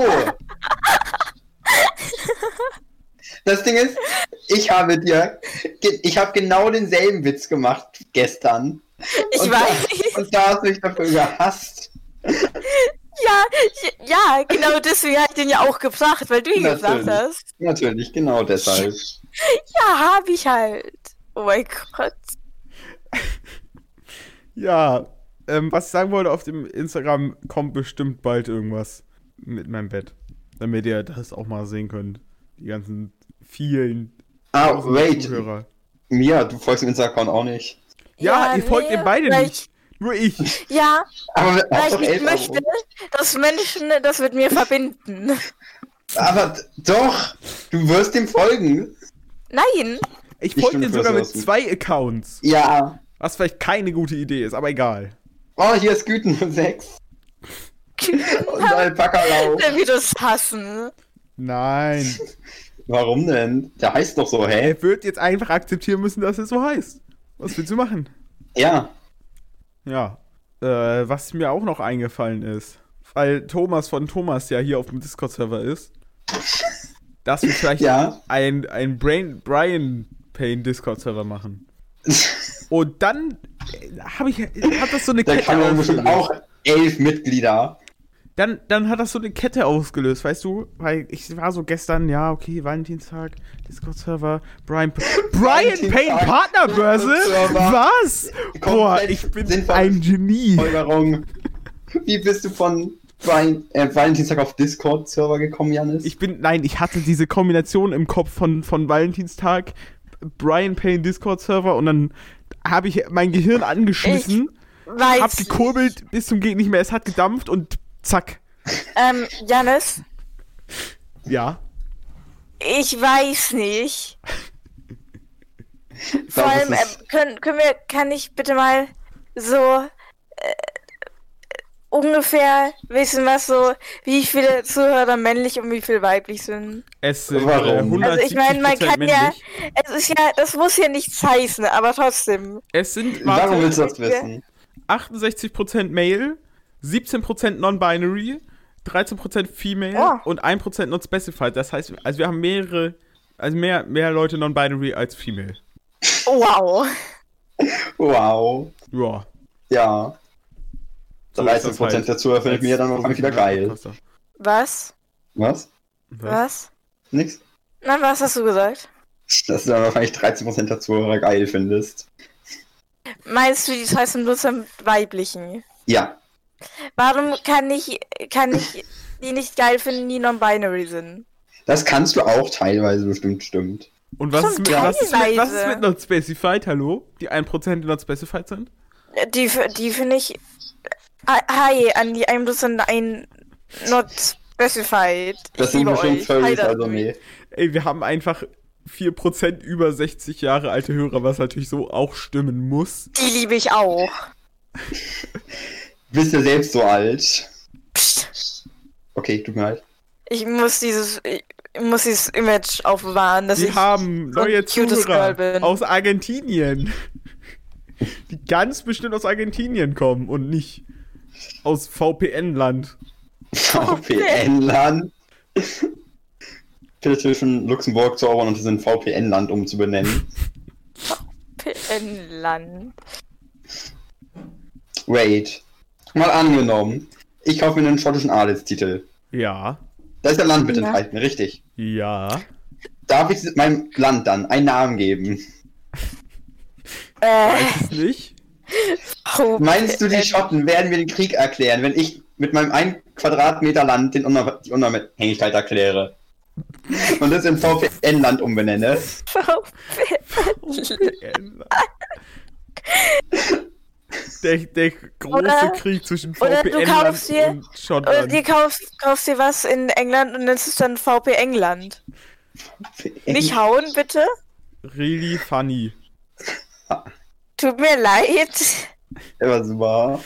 Speaker 1: Das Ding ist, ich habe dir, ge- ich habe genau denselben Witz gemacht gestern.
Speaker 3: Ich
Speaker 1: und
Speaker 3: weiß.
Speaker 1: Da, und da hast du mich dafür gehasst.
Speaker 3: Ja, ich- ja, genau deswegen habe ich den ja auch gebracht, weil du ihn
Speaker 1: Natürlich.
Speaker 3: gesagt hast.
Speaker 1: Natürlich, genau deshalb.
Speaker 3: Ja, habe ich halt. Oh mein Gott.
Speaker 2: ja. Ähm, was ich sagen wollte, auf dem Instagram kommt bestimmt bald irgendwas mit meinem Bett. Damit ihr das auch mal sehen könnt. Die ganzen vielen
Speaker 1: Ah,
Speaker 2: tausend
Speaker 1: wait,
Speaker 2: Zuhörer.
Speaker 1: Mia, du folgst dem Insta-Account auch nicht.
Speaker 2: Ja, ihr folgt
Speaker 3: nee,
Speaker 2: ihr beide
Speaker 3: weil
Speaker 2: nicht. Nur ich.
Speaker 3: Ich, ja,
Speaker 1: Aber wir-
Speaker 3: weil
Speaker 1: hast
Speaker 3: ich
Speaker 1: doch
Speaker 3: nicht
Speaker 1: elf
Speaker 3: möchte,
Speaker 1: Abos.
Speaker 3: dass Menschen das mit mir verbinden.
Speaker 1: Aber d- doch, du wirst dem folgen.
Speaker 3: Nein.
Speaker 1: Ich
Speaker 2: Ich folge
Speaker 1: stimme
Speaker 2: dir
Speaker 1: für
Speaker 2: sogar mit
Speaker 1: das erste.
Speaker 2: zwei Accounts.
Speaker 1: Ja.
Speaker 2: Was vielleicht keine gute Idee ist, aber egal.
Speaker 1: Oh, hier ist Güten 06 und Alpaka-Lau.
Speaker 2: Oh.
Speaker 3: wie du es hassen.
Speaker 2: Nein.
Speaker 1: Warum denn? Der heißt doch so, hä?
Speaker 2: Er wird jetzt einfach akzeptieren müssen, dass es so heißt. Was willst du machen?
Speaker 1: Ja.
Speaker 2: Ja. Äh, was mir auch noch eingefallen ist, weil Thomas von Thomas ja hier auf dem Discord-Server
Speaker 1: <laughs>
Speaker 2: ist, dass wir vielleicht
Speaker 1: Ja.
Speaker 2: ein, ein Brain, Brian Payne Discord-Server machen. Und dann äh, habe ich hat das so eine
Speaker 1: Der
Speaker 2: Kette
Speaker 1: kann dann bestimmt
Speaker 2: ausgelöst.
Speaker 1: auch elf Mitglieder.
Speaker 2: Dann, dann hat das so eine Kette ausgelöst, weißt du? Weil ich war so gestern, ja, okay, Valentinstag, Discord-Server, Brian.
Speaker 1: <laughs>
Speaker 2: Brian
Speaker 1: Valentinstag,
Speaker 2: Payne Partnerbörse?
Speaker 1: Discord-Server.
Speaker 2: Was? Boah, ich bin
Speaker 1: sinnvoll.
Speaker 2: ein Genie.
Speaker 1: Folgerung. Wie bist du von Wein, äh, Valentinstag auf Discord-Server gekommen, Janis?
Speaker 2: Ich bin, nein, ich hatte diese Kombination im Kopf von, von Valentinstag, Brian Payne Discord-Server und dann habe ich mein Gehirn angeschmissen,
Speaker 3: Weiß.
Speaker 2: hab gekurbelt bis zum Geht nicht mehr, es hat gedampft und zack.
Speaker 3: Ähm, Janis,
Speaker 2: Ja.
Speaker 3: ich weiß nicht.
Speaker 1: Ich
Speaker 3: Vor
Speaker 1: glaub, es
Speaker 3: allem,
Speaker 1: ist-
Speaker 3: ähm, können, können wir, kann ich bitte mal so äh, ungefähr wissen, was so, wie viele Zuhörer männlich und wie viel weiblich sind?
Speaker 2: Es sind
Speaker 1: Warum?
Speaker 2: äh, 170
Speaker 3: Also ich meine, man kann
Speaker 2: männlich.
Speaker 3: ja- Es ist ja, das muss ja nichts heißen, aber trotzdem.
Speaker 2: Es sind
Speaker 1: Warum willst
Speaker 2: warte,
Speaker 1: du das wissen?
Speaker 2: 68% Male, 17% Non-Binary, 13% Female
Speaker 3: Ja.
Speaker 2: und 1% Not Specified. Das heißt, also wir haben mehrere, also mehr, mehr Leute Non-Binary als Female.
Speaker 3: Wow.
Speaker 1: Wow.
Speaker 2: Ja.
Speaker 1: Ja.
Speaker 2: So ist das
Speaker 1: 13%
Speaker 2: halt.
Speaker 1: der Zuhörer findet mir dann auch wieder geil.
Speaker 3: Was?
Speaker 1: Was?
Speaker 2: Was?
Speaker 3: Was?
Speaker 1: Nix?
Speaker 3: Na, was hast du gesagt?
Speaker 1: Dass du dann wahrscheinlich 13% der Zuhörer geil findest.
Speaker 3: Meinst du die 13 bloß am weiblichen?
Speaker 1: Ja.
Speaker 3: Warum kann ich, kann ich die nicht geil finden, die non-binary sind?
Speaker 1: Das kannst du auch teilweise bestimmt, stimmt.
Speaker 2: Und was ist,
Speaker 3: Schon
Speaker 2: mit, was, ist mit, was ist
Speaker 3: teilweise.
Speaker 2: mit Not Specified, hallo? Die 1% die Not Specified sind?
Speaker 3: Die, f- die finde ich. Ah, Hi, an die einem bloß an ein not specified.
Speaker 1: Das
Speaker 3: Ich
Speaker 1: sind
Speaker 3: liebe
Speaker 1: bestimmt
Speaker 3: euch. Hi,
Speaker 1: Furries,
Speaker 3: das-
Speaker 1: also nee.
Speaker 2: Ey, wir haben einfach 4% über 60 Jahre alte Hörer, was natürlich so auch stimmen muss.
Speaker 3: Die liebe ich auch.
Speaker 1: Bist ja selbst so alt.
Speaker 3: Psst.
Speaker 1: Okay, tut mir leid. <laughs>
Speaker 3: Ich muss dieses. Ich muss dieses Image aufbewahren, dass
Speaker 2: Wir
Speaker 3: ich.
Speaker 2: haben
Speaker 3: so ein
Speaker 2: neue
Speaker 3: cutes
Speaker 2: Zuhörer
Speaker 3: Girl bin.
Speaker 2: aus Argentinien. <laughs> Die ganz bestimmt aus Argentinien kommen und nicht aus VPN-Land.
Speaker 1: VPN-Land. Bitte zwischen Luxemburg zaubern und es in VPN-Land umzubenennen.
Speaker 3: PN-Land.
Speaker 1: Wait. Mal angenommen, ich kaufe mir einen schottischen Adelstitel.
Speaker 2: Ja,
Speaker 1: Da ist ja Land mit
Speaker 3: Ja.
Speaker 1: enthalten, richtig.
Speaker 2: ja.
Speaker 1: Darf ich meinem Land dann einen Namen geben?
Speaker 3: Äh,
Speaker 2: Weiß
Speaker 3: <laughs>
Speaker 2: es nicht.
Speaker 3: oh,
Speaker 1: Meinst du, die
Speaker 3: PN?
Speaker 1: Schotten werden mir den Krieg erklären, wenn ich mit meinem 1 Quadratmeter Land den Unab die Unabhängigkeit erkläre? Und das in VPN-Land umbenenne?
Speaker 3: VPN-Land.
Speaker 2: Der, der große
Speaker 3: Oder-
Speaker 2: Krieg zwischen
Speaker 3: oder du kaufst
Speaker 2: VPN-Land
Speaker 3: dir-
Speaker 2: und
Speaker 3: Oder dir
Speaker 2: Schottland.
Speaker 3: kaufst, kaufst dir was in England und nennst es dann VP England.
Speaker 1: Mhm.
Speaker 3: Nicht hauen, bitte.
Speaker 2: Really funny.
Speaker 3: Tut mir leid.
Speaker 1: Aber super.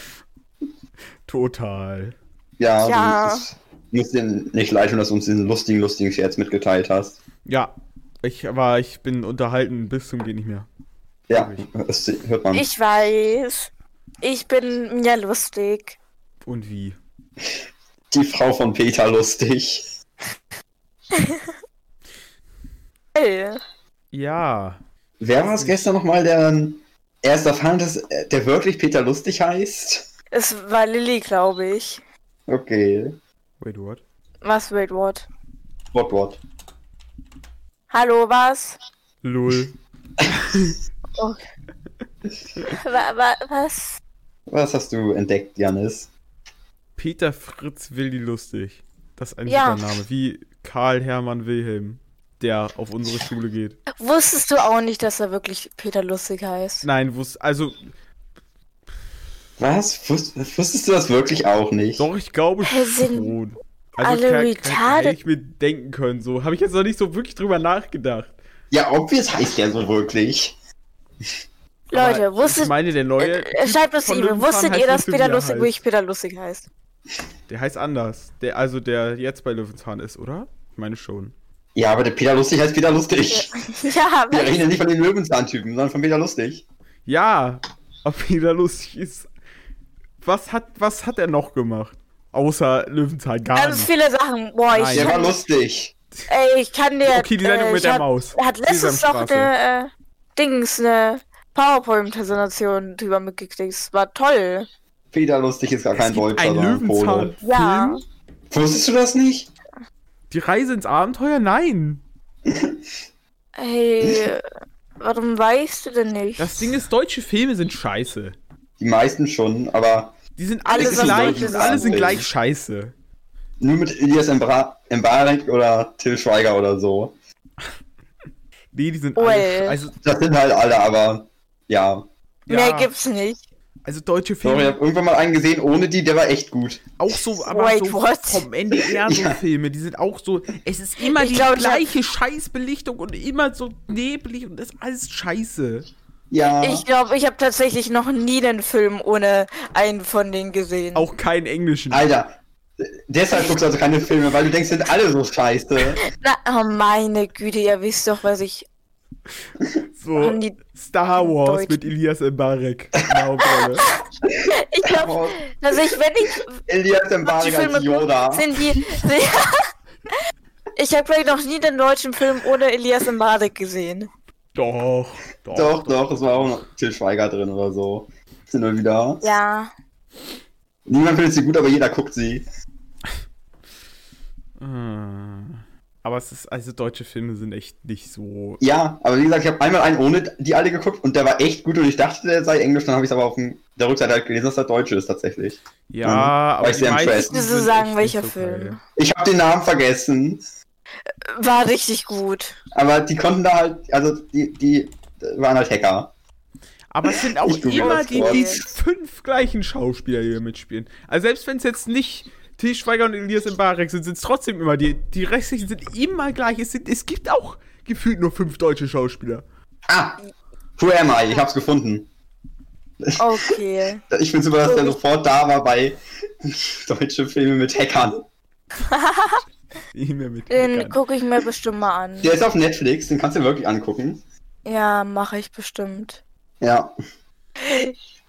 Speaker 2: Total.
Speaker 1: Ja,
Speaker 3: Ja.
Speaker 1: ja. muss dir nicht leid tun, dass du uns diesen lustigen, lustigen Scherz mitgeteilt hast.
Speaker 2: Ja, ich, aber ich bin unterhalten bis zum Geht nicht mehr.
Speaker 1: Ja, das hört man.
Speaker 3: Ich weiß. Ich bin ja lustig.
Speaker 2: Und wie?
Speaker 1: Die Frau von Peter lustig.
Speaker 3: Ey.
Speaker 2: Ja.
Speaker 1: Wer war es gestern nochmal, der ähm, erst erfahren hat, dass äh, der wirklich Peter lustig heißt?
Speaker 3: Es war Lilly, glaube ich.
Speaker 1: Okay.
Speaker 2: Wait, what?
Speaker 3: Was, Wait, what?
Speaker 1: What, what?
Speaker 3: Hallo, was?
Speaker 2: Lul.
Speaker 3: Wa wa was?
Speaker 1: Was hast du entdeckt, Janis?
Speaker 2: Peter Fritz Willi Lustig. Das ist ein
Speaker 3: Ja.
Speaker 2: super Name. Wie Karl Hermann Wilhelm, der auf unsere Schule geht.
Speaker 3: Wusstest du auch nicht, dass er wirklich Peter Lustig heißt?
Speaker 2: Nein, wusst, also,
Speaker 1: Was? Wus wusstest du das wirklich auch nicht?
Speaker 2: doch, ich glaube
Speaker 3: Wir sind
Speaker 2: schon.
Speaker 3: alle
Speaker 2: klar,
Speaker 3: retarded.
Speaker 2: Hätte ich mir denken können, so. Habe ich jetzt noch nicht so wirklich drüber nachgedacht.
Speaker 1: Ja, obvious heißt der so wirklich.
Speaker 3: Leute,
Speaker 2: Aber
Speaker 3: wusstet
Speaker 2: Ich meine, der neue.
Speaker 3: äh, Schreibt uns die
Speaker 2: von
Speaker 3: E-Mail.
Speaker 2: Löwenzahn
Speaker 3: Wusstet
Speaker 2: heißt
Speaker 3: ihr,
Speaker 2: nicht
Speaker 3: dass
Speaker 2: so, wie
Speaker 3: Peter
Speaker 2: er
Speaker 3: Lustig
Speaker 2: heißt.
Speaker 3: wirklich Peter
Speaker 2: <laughs>
Speaker 3: Lustig heißt?
Speaker 2: Der heißt anders. Der, also, der jetzt bei Löwenzahn ist, oder? Ich meine schon.
Speaker 1: Ja, aber der Peter lustig heißt Peter lustig.
Speaker 3: Ja, aber
Speaker 1: Wir reden ja nicht von den Löwenzahntypen, sondern von Peter lustig.
Speaker 2: Ja, ob <laughs> Peter Lustig ist. Was hat, was hat er noch gemacht? Außer Löwenzahn gar
Speaker 3: ganz
Speaker 2: nicht.
Speaker 3: viele Sachen. Boah, ich
Speaker 2: Nein.
Speaker 1: Der
Speaker 2: Ja.
Speaker 1: war
Speaker 3: kann,
Speaker 1: lustig.
Speaker 3: ey, ich kann dir.
Speaker 2: Okay, die Sendung
Speaker 3: äh,
Speaker 2: mit
Speaker 3: ich
Speaker 2: der
Speaker 3: hab-
Speaker 2: Maus.
Speaker 3: Er hat letztens doch
Speaker 2: Sesamstraße.
Speaker 3: eine äh, Dings, eine PowerPoint-Präsentation drüber mitgekriegt. Das war toll.
Speaker 1: Peter lustig ist gar kein
Speaker 2: Es gibt
Speaker 1: Deutscher,
Speaker 2: ein
Speaker 1: sondern Pole.
Speaker 2: Löwenzahn.
Speaker 3: Ja.
Speaker 1: Wusstest du das nicht?
Speaker 2: Die Reise ins Abenteuer? Nein.
Speaker 3: Ey, warum weißt du denn nicht?
Speaker 2: Das Ding ist, deutsche Filme sind scheiße.
Speaker 1: Die meisten schon, aber
Speaker 2: Die sind alle
Speaker 3: Alles, was
Speaker 2: gleich,
Speaker 3: deutsch ist,
Speaker 2: alle sind
Speaker 1: ist
Speaker 2: gleich
Speaker 1: gut.
Speaker 2: scheiße.
Speaker 1: nur mit Elias Embra- Mbarek oder Till Schweiger oder so.
Speaker 2: Nee, die sind
Speaker 3: Well.
Speaker 2: alle also,
Speaker 1: Das sind halt alle, aber ja.
Speaker 3: Mehr
Speaker 2: ja,
Speaker 3: gibt's nicht.
Speaker 2: also deutsche
Speaker 1: Sorry, ich
Speaker 2: Filme,
Speaker 1: habe irgendwann mal einen gesehen ohne die, der war echt gut.
Speaker 2: auch so, aber
Speaker 3: Wait,
Speaker 2: so
Speaker 3: what?
Speaker 2: vom NDR so Filme, die sind auch so, es ist immer
Speaker 3: Ich
Speaker 2: die
Speaker 3: glaub, ich hab-
Speaker 2: gleiche Scheißbelichtung und immer so nebelig und das ist alles scheiße.
Speaker 1: Ja.
Speaker 3: Ich glaube, ich habe tatsächlich noch nie einen Film ohne einen von denen gesehen.
Speaker 2: Auch keinen englischen.
Speaker 1: Alter, deshalb guckst du also keine Filme, weil du denkst, sind alle so
Speaker 3: <laughs>
Speaker 1: scheiße.
Speaker 3: Na, oh meine Güte, ihr wisst doch, was ich.
Speaker 2: So
Speaker 3: Haben die-
Speaker 2: Star Wars
Speaker 3: Deutsch.
Speaker 2: mit Elias Mbarek. Genau, in der Hauptrolle.
Speaker 3: Ich glaube,
Speaker 1: Wow.
Speaker 3: dass ich, wenn ich
Speaker 1: Elias Mbarek
Speaker 3: Filme
Speaker 1: als Yoda.
Speaker 3: sind die. <laughs> ich habe vielleicht noch nie den deutschen Film ohne Elias Mbarek gesehen.
Speaker 2: Doch, doch.
Speaker 1: Doch, doch, es war auch noch Til Schweiger drin oder so. Sind wir wieder.
Speaker 3: Ja.
Speaker 1: Niemand findet sie gut, aber jeder guckt sie.
Speaker 2: Ah. Aber es ist, also deutsche Filme sind echt nicht so.
Speaker 1: Ja, aber wie gesagt, ich habe einmal einen ohne die alle geguckt und der war echt gut und ich dachte, der sei Englisch, dann habe ich es aber auf dem, der Rückseite halt gelesen, dass er Deutsche ist tatsächlich.
Speaker 2: Ja,
Speaker 1: Mhm. War
Speaker 2: aber
Speaker 1: ich
Speaker 2: die
Speaker 1: sehr
Speaker 2: meisten
Speaker 1: impressed.
Speaker 3: Willst du
Speaker 2: sind
Speaker 3: sagen,
Speaker 2: echt
Speaker 3: welcher
Speaker 2: nicht so
Speaker 3: Film?
Speaker 2: geil.
Speaker 1: Ich habe den Namen vergessen,
Speaker 3: War richtig
Speaker 2: <laughs>
Speaker 3: gut.
Speaker 1: aber die konnten da halt, also die, die waren halt Hacker.
Speaker 2: Aber es sind auch
Speaker 1: Ich google
Speaker 2: immer
Speaker 1: das
Speaker 2: die,
Speaker 1: kurz.
Speaker 2: die fünf gleichen Schauspieler, die da mitspielen. Also selbst wenn es jetzt nicht Til Schweiger und Elias Mbarek sind, sind es trotzdem immer die. Die restlichen sind immer gleich. Es, sind, es gibt auch gefühlt nur fünf deutsche Schauspieler.
Speaker 1: Ah! Who am I? Ich hab's gefunden.
Speaker 3: Okay.
Speaker 1: Ich bin super, dass der sofort da war bei <laughs> deutsche Filme mit Hackern.
Speaker 2: Nie mehr mit.
Speaker 3: Den
Speaker 2: Hackern.
Speaker 3: gucke ich mir bestimmt mal an.
Speaker 1: Der ist auf Netflix, den kannst du dir wirklich angucken.
Speaker 3: Ja, mache ich bestimmt.
Speaker 1: Ja,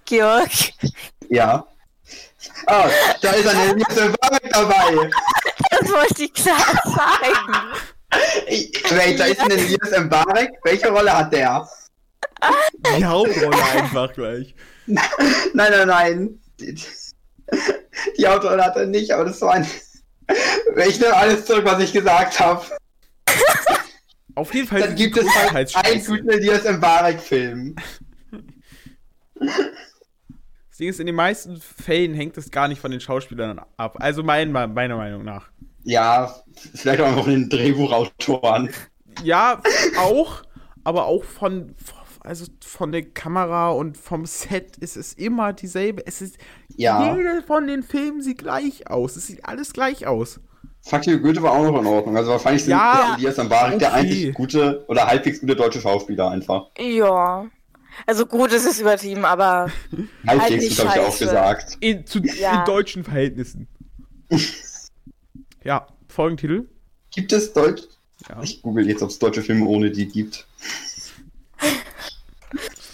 Speaker 3: Georg.
Speaker 1: ja. Ah, da ist eine Elias Mbarek dabei!
Speaker 3: Das wollte ich klar sagen.
Speaker 1: Ich, wait, da ist ein Elias Mbarek? Welche Rolle hat der?
Speaker 2: Die Hauptrolle einfach gleich.
Speaker 1: Nein, nein, nein. Die, die Hauptrolle hat er nicht, aber das war ein. <laughs> Ich nehme alles zurück, was ich gesagt habe.
Speaker 2: Auf jeden Fall
Speaker 1: Dann
Speaker 2: sind die
Speaker 1: gibt es halt einen
Speaker 2: Großteils-
Speaker 1: guten Elias Mbarek-Film.
Speaker 2: Das Ding ist, in den meisten Fällen hängt es gar nicht von den Schauspielern ab. Also mein, meiner Meinung nach.
Speaker 1: Ja, vielleicht auch einfach den Drehbuchautoren.
Speaker 2: Ja, auch, aber auch von, also von der Kamera und vom Set ist es immer dieselbe. Es ist,
Speaker 1: Ja.
Speaker 2: jeder von den Filmen sieht gleich aus. Es sieht alles gleich aus.
Speaker 1: Fuck you, Goethe war auch noch in Ordnung. Also wahrscheinlich sind
Speaker 2: Ja,
Speaker 1: ist Elias Mbarek der
Speaker 2: okay.
Speaker 1: einzig gute oder halbwegs gute deutsche Schauspieler einfach.
Speaker 3: Ja. Also gut, es ist übertrieben, aber
Speaker 1: Halbwegs,
Speaker 3: nicht
Speaker 1: habe ich auch
Speaker 3: Halt scheiße.
Speaker 1: gesagt.
Speaker 2: In, zu
Speaker 3: Ja.
Speaker 2: in deutschen Verhältnissen. ja, Folgentitel.
Speaker 1: Gibt es Deutsch?
Speaker 2: Ja.
Speaker 1: Ich google jetzt, ob es deutsche Filme ohne die gibt.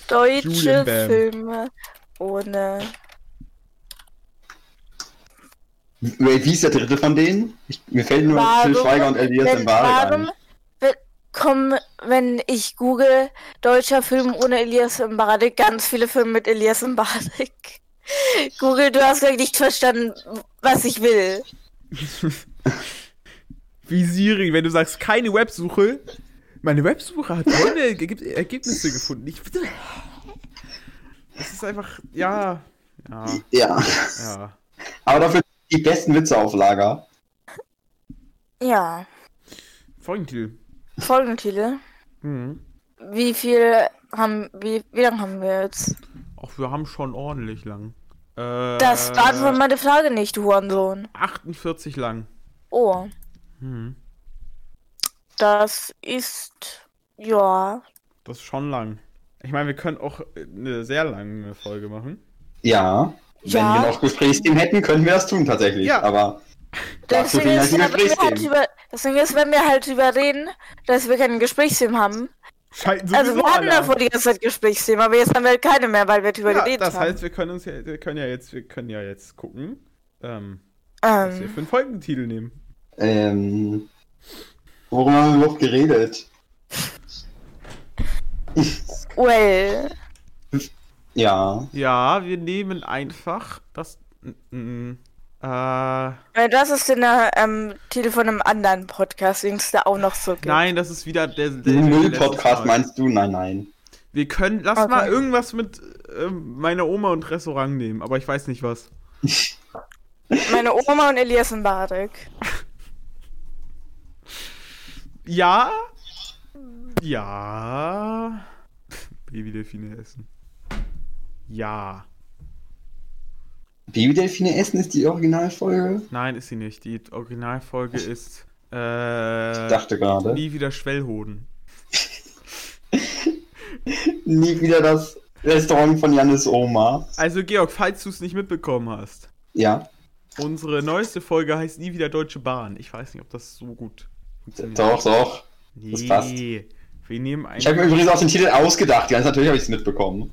Speaker 3: deutsche
Speaker 2: Julian Bam.
Speaker 3: Filme ohne.
Speaker 1: Wait, wie ist der dritte von denen? Ich, mir fällt nur Til Schweiger und Elias
Speaker 3: wenn,
Speaker 1: Mbarek ein.
Speaker 3: warum wenn, kommen, wenn ich google deutscher Film ohne Elias Mbarek, ganz viele Filme mit Elias Mbarek. <laughs> Google, du hast gleich nicht verstanden, was ich will.
Speaker 2: Wie Siri, wenn du sagst, keine Websuche. Meine Websuche hat tolle Ergeb- Ergebnisse gefunden. Ich, das ist einfach, ja, ja,
Speaker 1: Ja,
Speaker 2: ja.
Speaker 1: aber dafür die besten Witze auf Lager.
Speaker 3: Ja.
Speaker 2: Folgentitel.
Speaker 3: Folgentitel.
Speaker 2: Mhm.
Speaker 3: Wie viel haben wie, wie lange haben wir jetzt?
Speaker 2: Ach, wir haben schon ordentlich lang. Äh,
Speaker 3: Das beantwortet meine Frage nicht, du Hurensohn.
Speaker 2: 48 lang.
Speaker 3: Oh.
Speaker 2: Hm.
Speaker 3: Das ist. Ja.
Speaker 2: Das ist schon lang. Ich meine, wir können auch äh, eine sehr lange Folge machen.
Speaker 1: Ja,
Speaker 3: Ja.
Speaker 1: wenn wir noch Gesprächsthemen hätten, können wir das tun tatsächlich.
Speaker 2: Ja.
Speaker 1: Aber dafür
Speaker 3: Deswegen
Speaker 1: fehlen halt die
Speaker 3: ist, wenn wir halt
Speaker 1: Gesprächsthemen.
Speaker 3: über, deswegen ist, wenn wir halt drüber reden, dass wir kein Gesprächsthema haben.
Speaker 2: Schalten
Speaker 3: Also wir hatten davor die ganze Zeit Gesprächsthema, aber jetzt haben wir halt keine mehr, weil wir drüber
Speaker 2: ja,
Speaker 3: geredet
Speaker 2: Das
Speaker 3: haben.
Speaker 2: heißt, wir können uns ja, wir können ja jetzt, wir können ja jetzt gucken, ähm, was wir
Speaker 3: Ähm,
Speaker 2: für einen Folgentitel nehmen.
Speaker 1: Ähm, worüber haben wir überhaupt geredet?
Speaker 3: well.
Speaker 1: Ja,
Speaker 2: Ja, wir nehmen einfach das. Mm, mm, äh,
Speaker 3: Äh, Das ist in der ähm, Titel von einem anderen Podcast, den es da auch noch so gibt.
Speaker 2: nein, das ist wieder der, der, der
Speaker 1: den
Speaker 2: letzte
Speaker 1: Müll-Podcast
Speaker 2: Mal.
Speaker 1: meinst du? Nein, nein.
Speaker 2: Wir können, lass
Speaker 3: Okay.
Speaker 2: mal irgendwas mit ähm, meiner Oma und Restaurant nehmen, aber ich weiß nicht was.
Speaker 3: Meine Oma und Elias in Barek.
Speaker 2: Ja. Ja. Babydelfine essen. Ja.
Speaker 1: Babydelfine essen ist die Originalfolge?
Speaker 2: Nein, ist sie nicht. Die Originalfolge ist. Äh,
Speaker 1: Ich ne? dachte gerade.
Speaker 2: Nie wieder Schwellhoden.
Speaker 1: nie wieder das Restaurant von Jannis Oma.
Speaker 2: Also Georg, falls du es nicht mitbekommen hast,
Speaker 1: Ja,
Speaker 2: unsere neueste Folge heißt nie wieder Deutsche Bahn. Ich weiß nicht, ob das so gut funktioniert.
Speaker 1: doch, doch. das passt.
Speaker 2: Nee. Wir nehmen einen.
Speaker 1: Ich habe mir übrigens auch den Titel ausgedacht. Ganz natürlich habe ich es mitbekommen.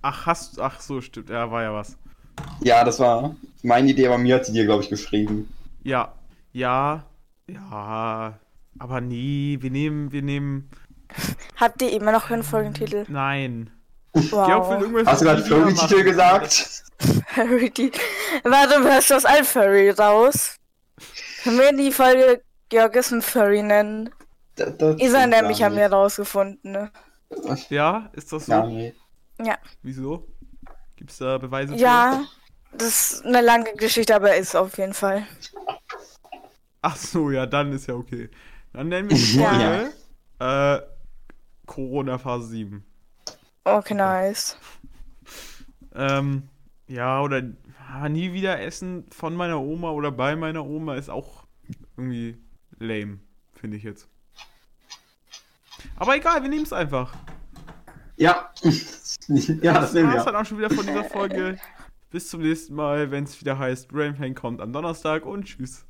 Speaker 2: Ach, hast Ach so, stimmt. Ja, war ja was.
Speaker 1: Ja, das war meine Idee, aber mir hat sie dir, glaube ich, geschrieben.
Speaker 2: Ja. Ja. Ja. Aber nee, wir nehmen, wir nehmen.
Speaker 3: Habt ihr immer noch keinen Folgentitel?
Speaker 2: Nein. Georg will
Speaker 3: <laughs> Wow.
Speaker 2: irgendwas
Speaker 1: Hast du gerade
Speaker 2: mit Lina
Speaker 1: Firmentitel
Speaker 2: machen.
Speaker 1: gesagt?
Speaker 3: Furry, die... Warte, hörst du aus allen Furry raus? Können wir die Folge Georg ist ein Furry nennen?
Speaker 1: Das- das
Speaker 3: Isa
Speaker 1: stimmt
Speaker 3: nämlich
Speaker 1: gar
Speaker 3: haben wir rausgefunden, ne?
Speaker 2: Ja, ist das so?
Speaker 1: Ja, nee.
Speaker 3: Ja.
Speaker 2: Wieso? Gibt's da Beweise? für?
Speaker 3: Ja, das ist eine lange Geschichte, aber ist auf jeden Fall.
Speaker 2: Ach so, ja, dann ist ja okay.
Speaker 1: <laughs>
Speaker 2: Dann nennen wir die
Speaker 3: Ja.
Speaker 2: Folge äh, Corona Phase 7.
Speaker 3: Okay, nice.
Speaker 2: Ähm, ja, oder ah, nie wieder essen von meiner Oma oder bei meiner Oma ist auch irgendwie lame, finde ich jetzt. Aber egal, wir nehmen es einfach.
Speaker 1: Ja. <laughs> ja, das
Speaker 2: Das
Speaker 1: nehmen
Speaker 2: war's
Speaker 1: wir.
Speaker 2: dann auch schon wieder von dieser Folge. Bis zum nächsten Mal, wenn es wieder heißt, Brainpain kommt am Donnerstag und tschüss.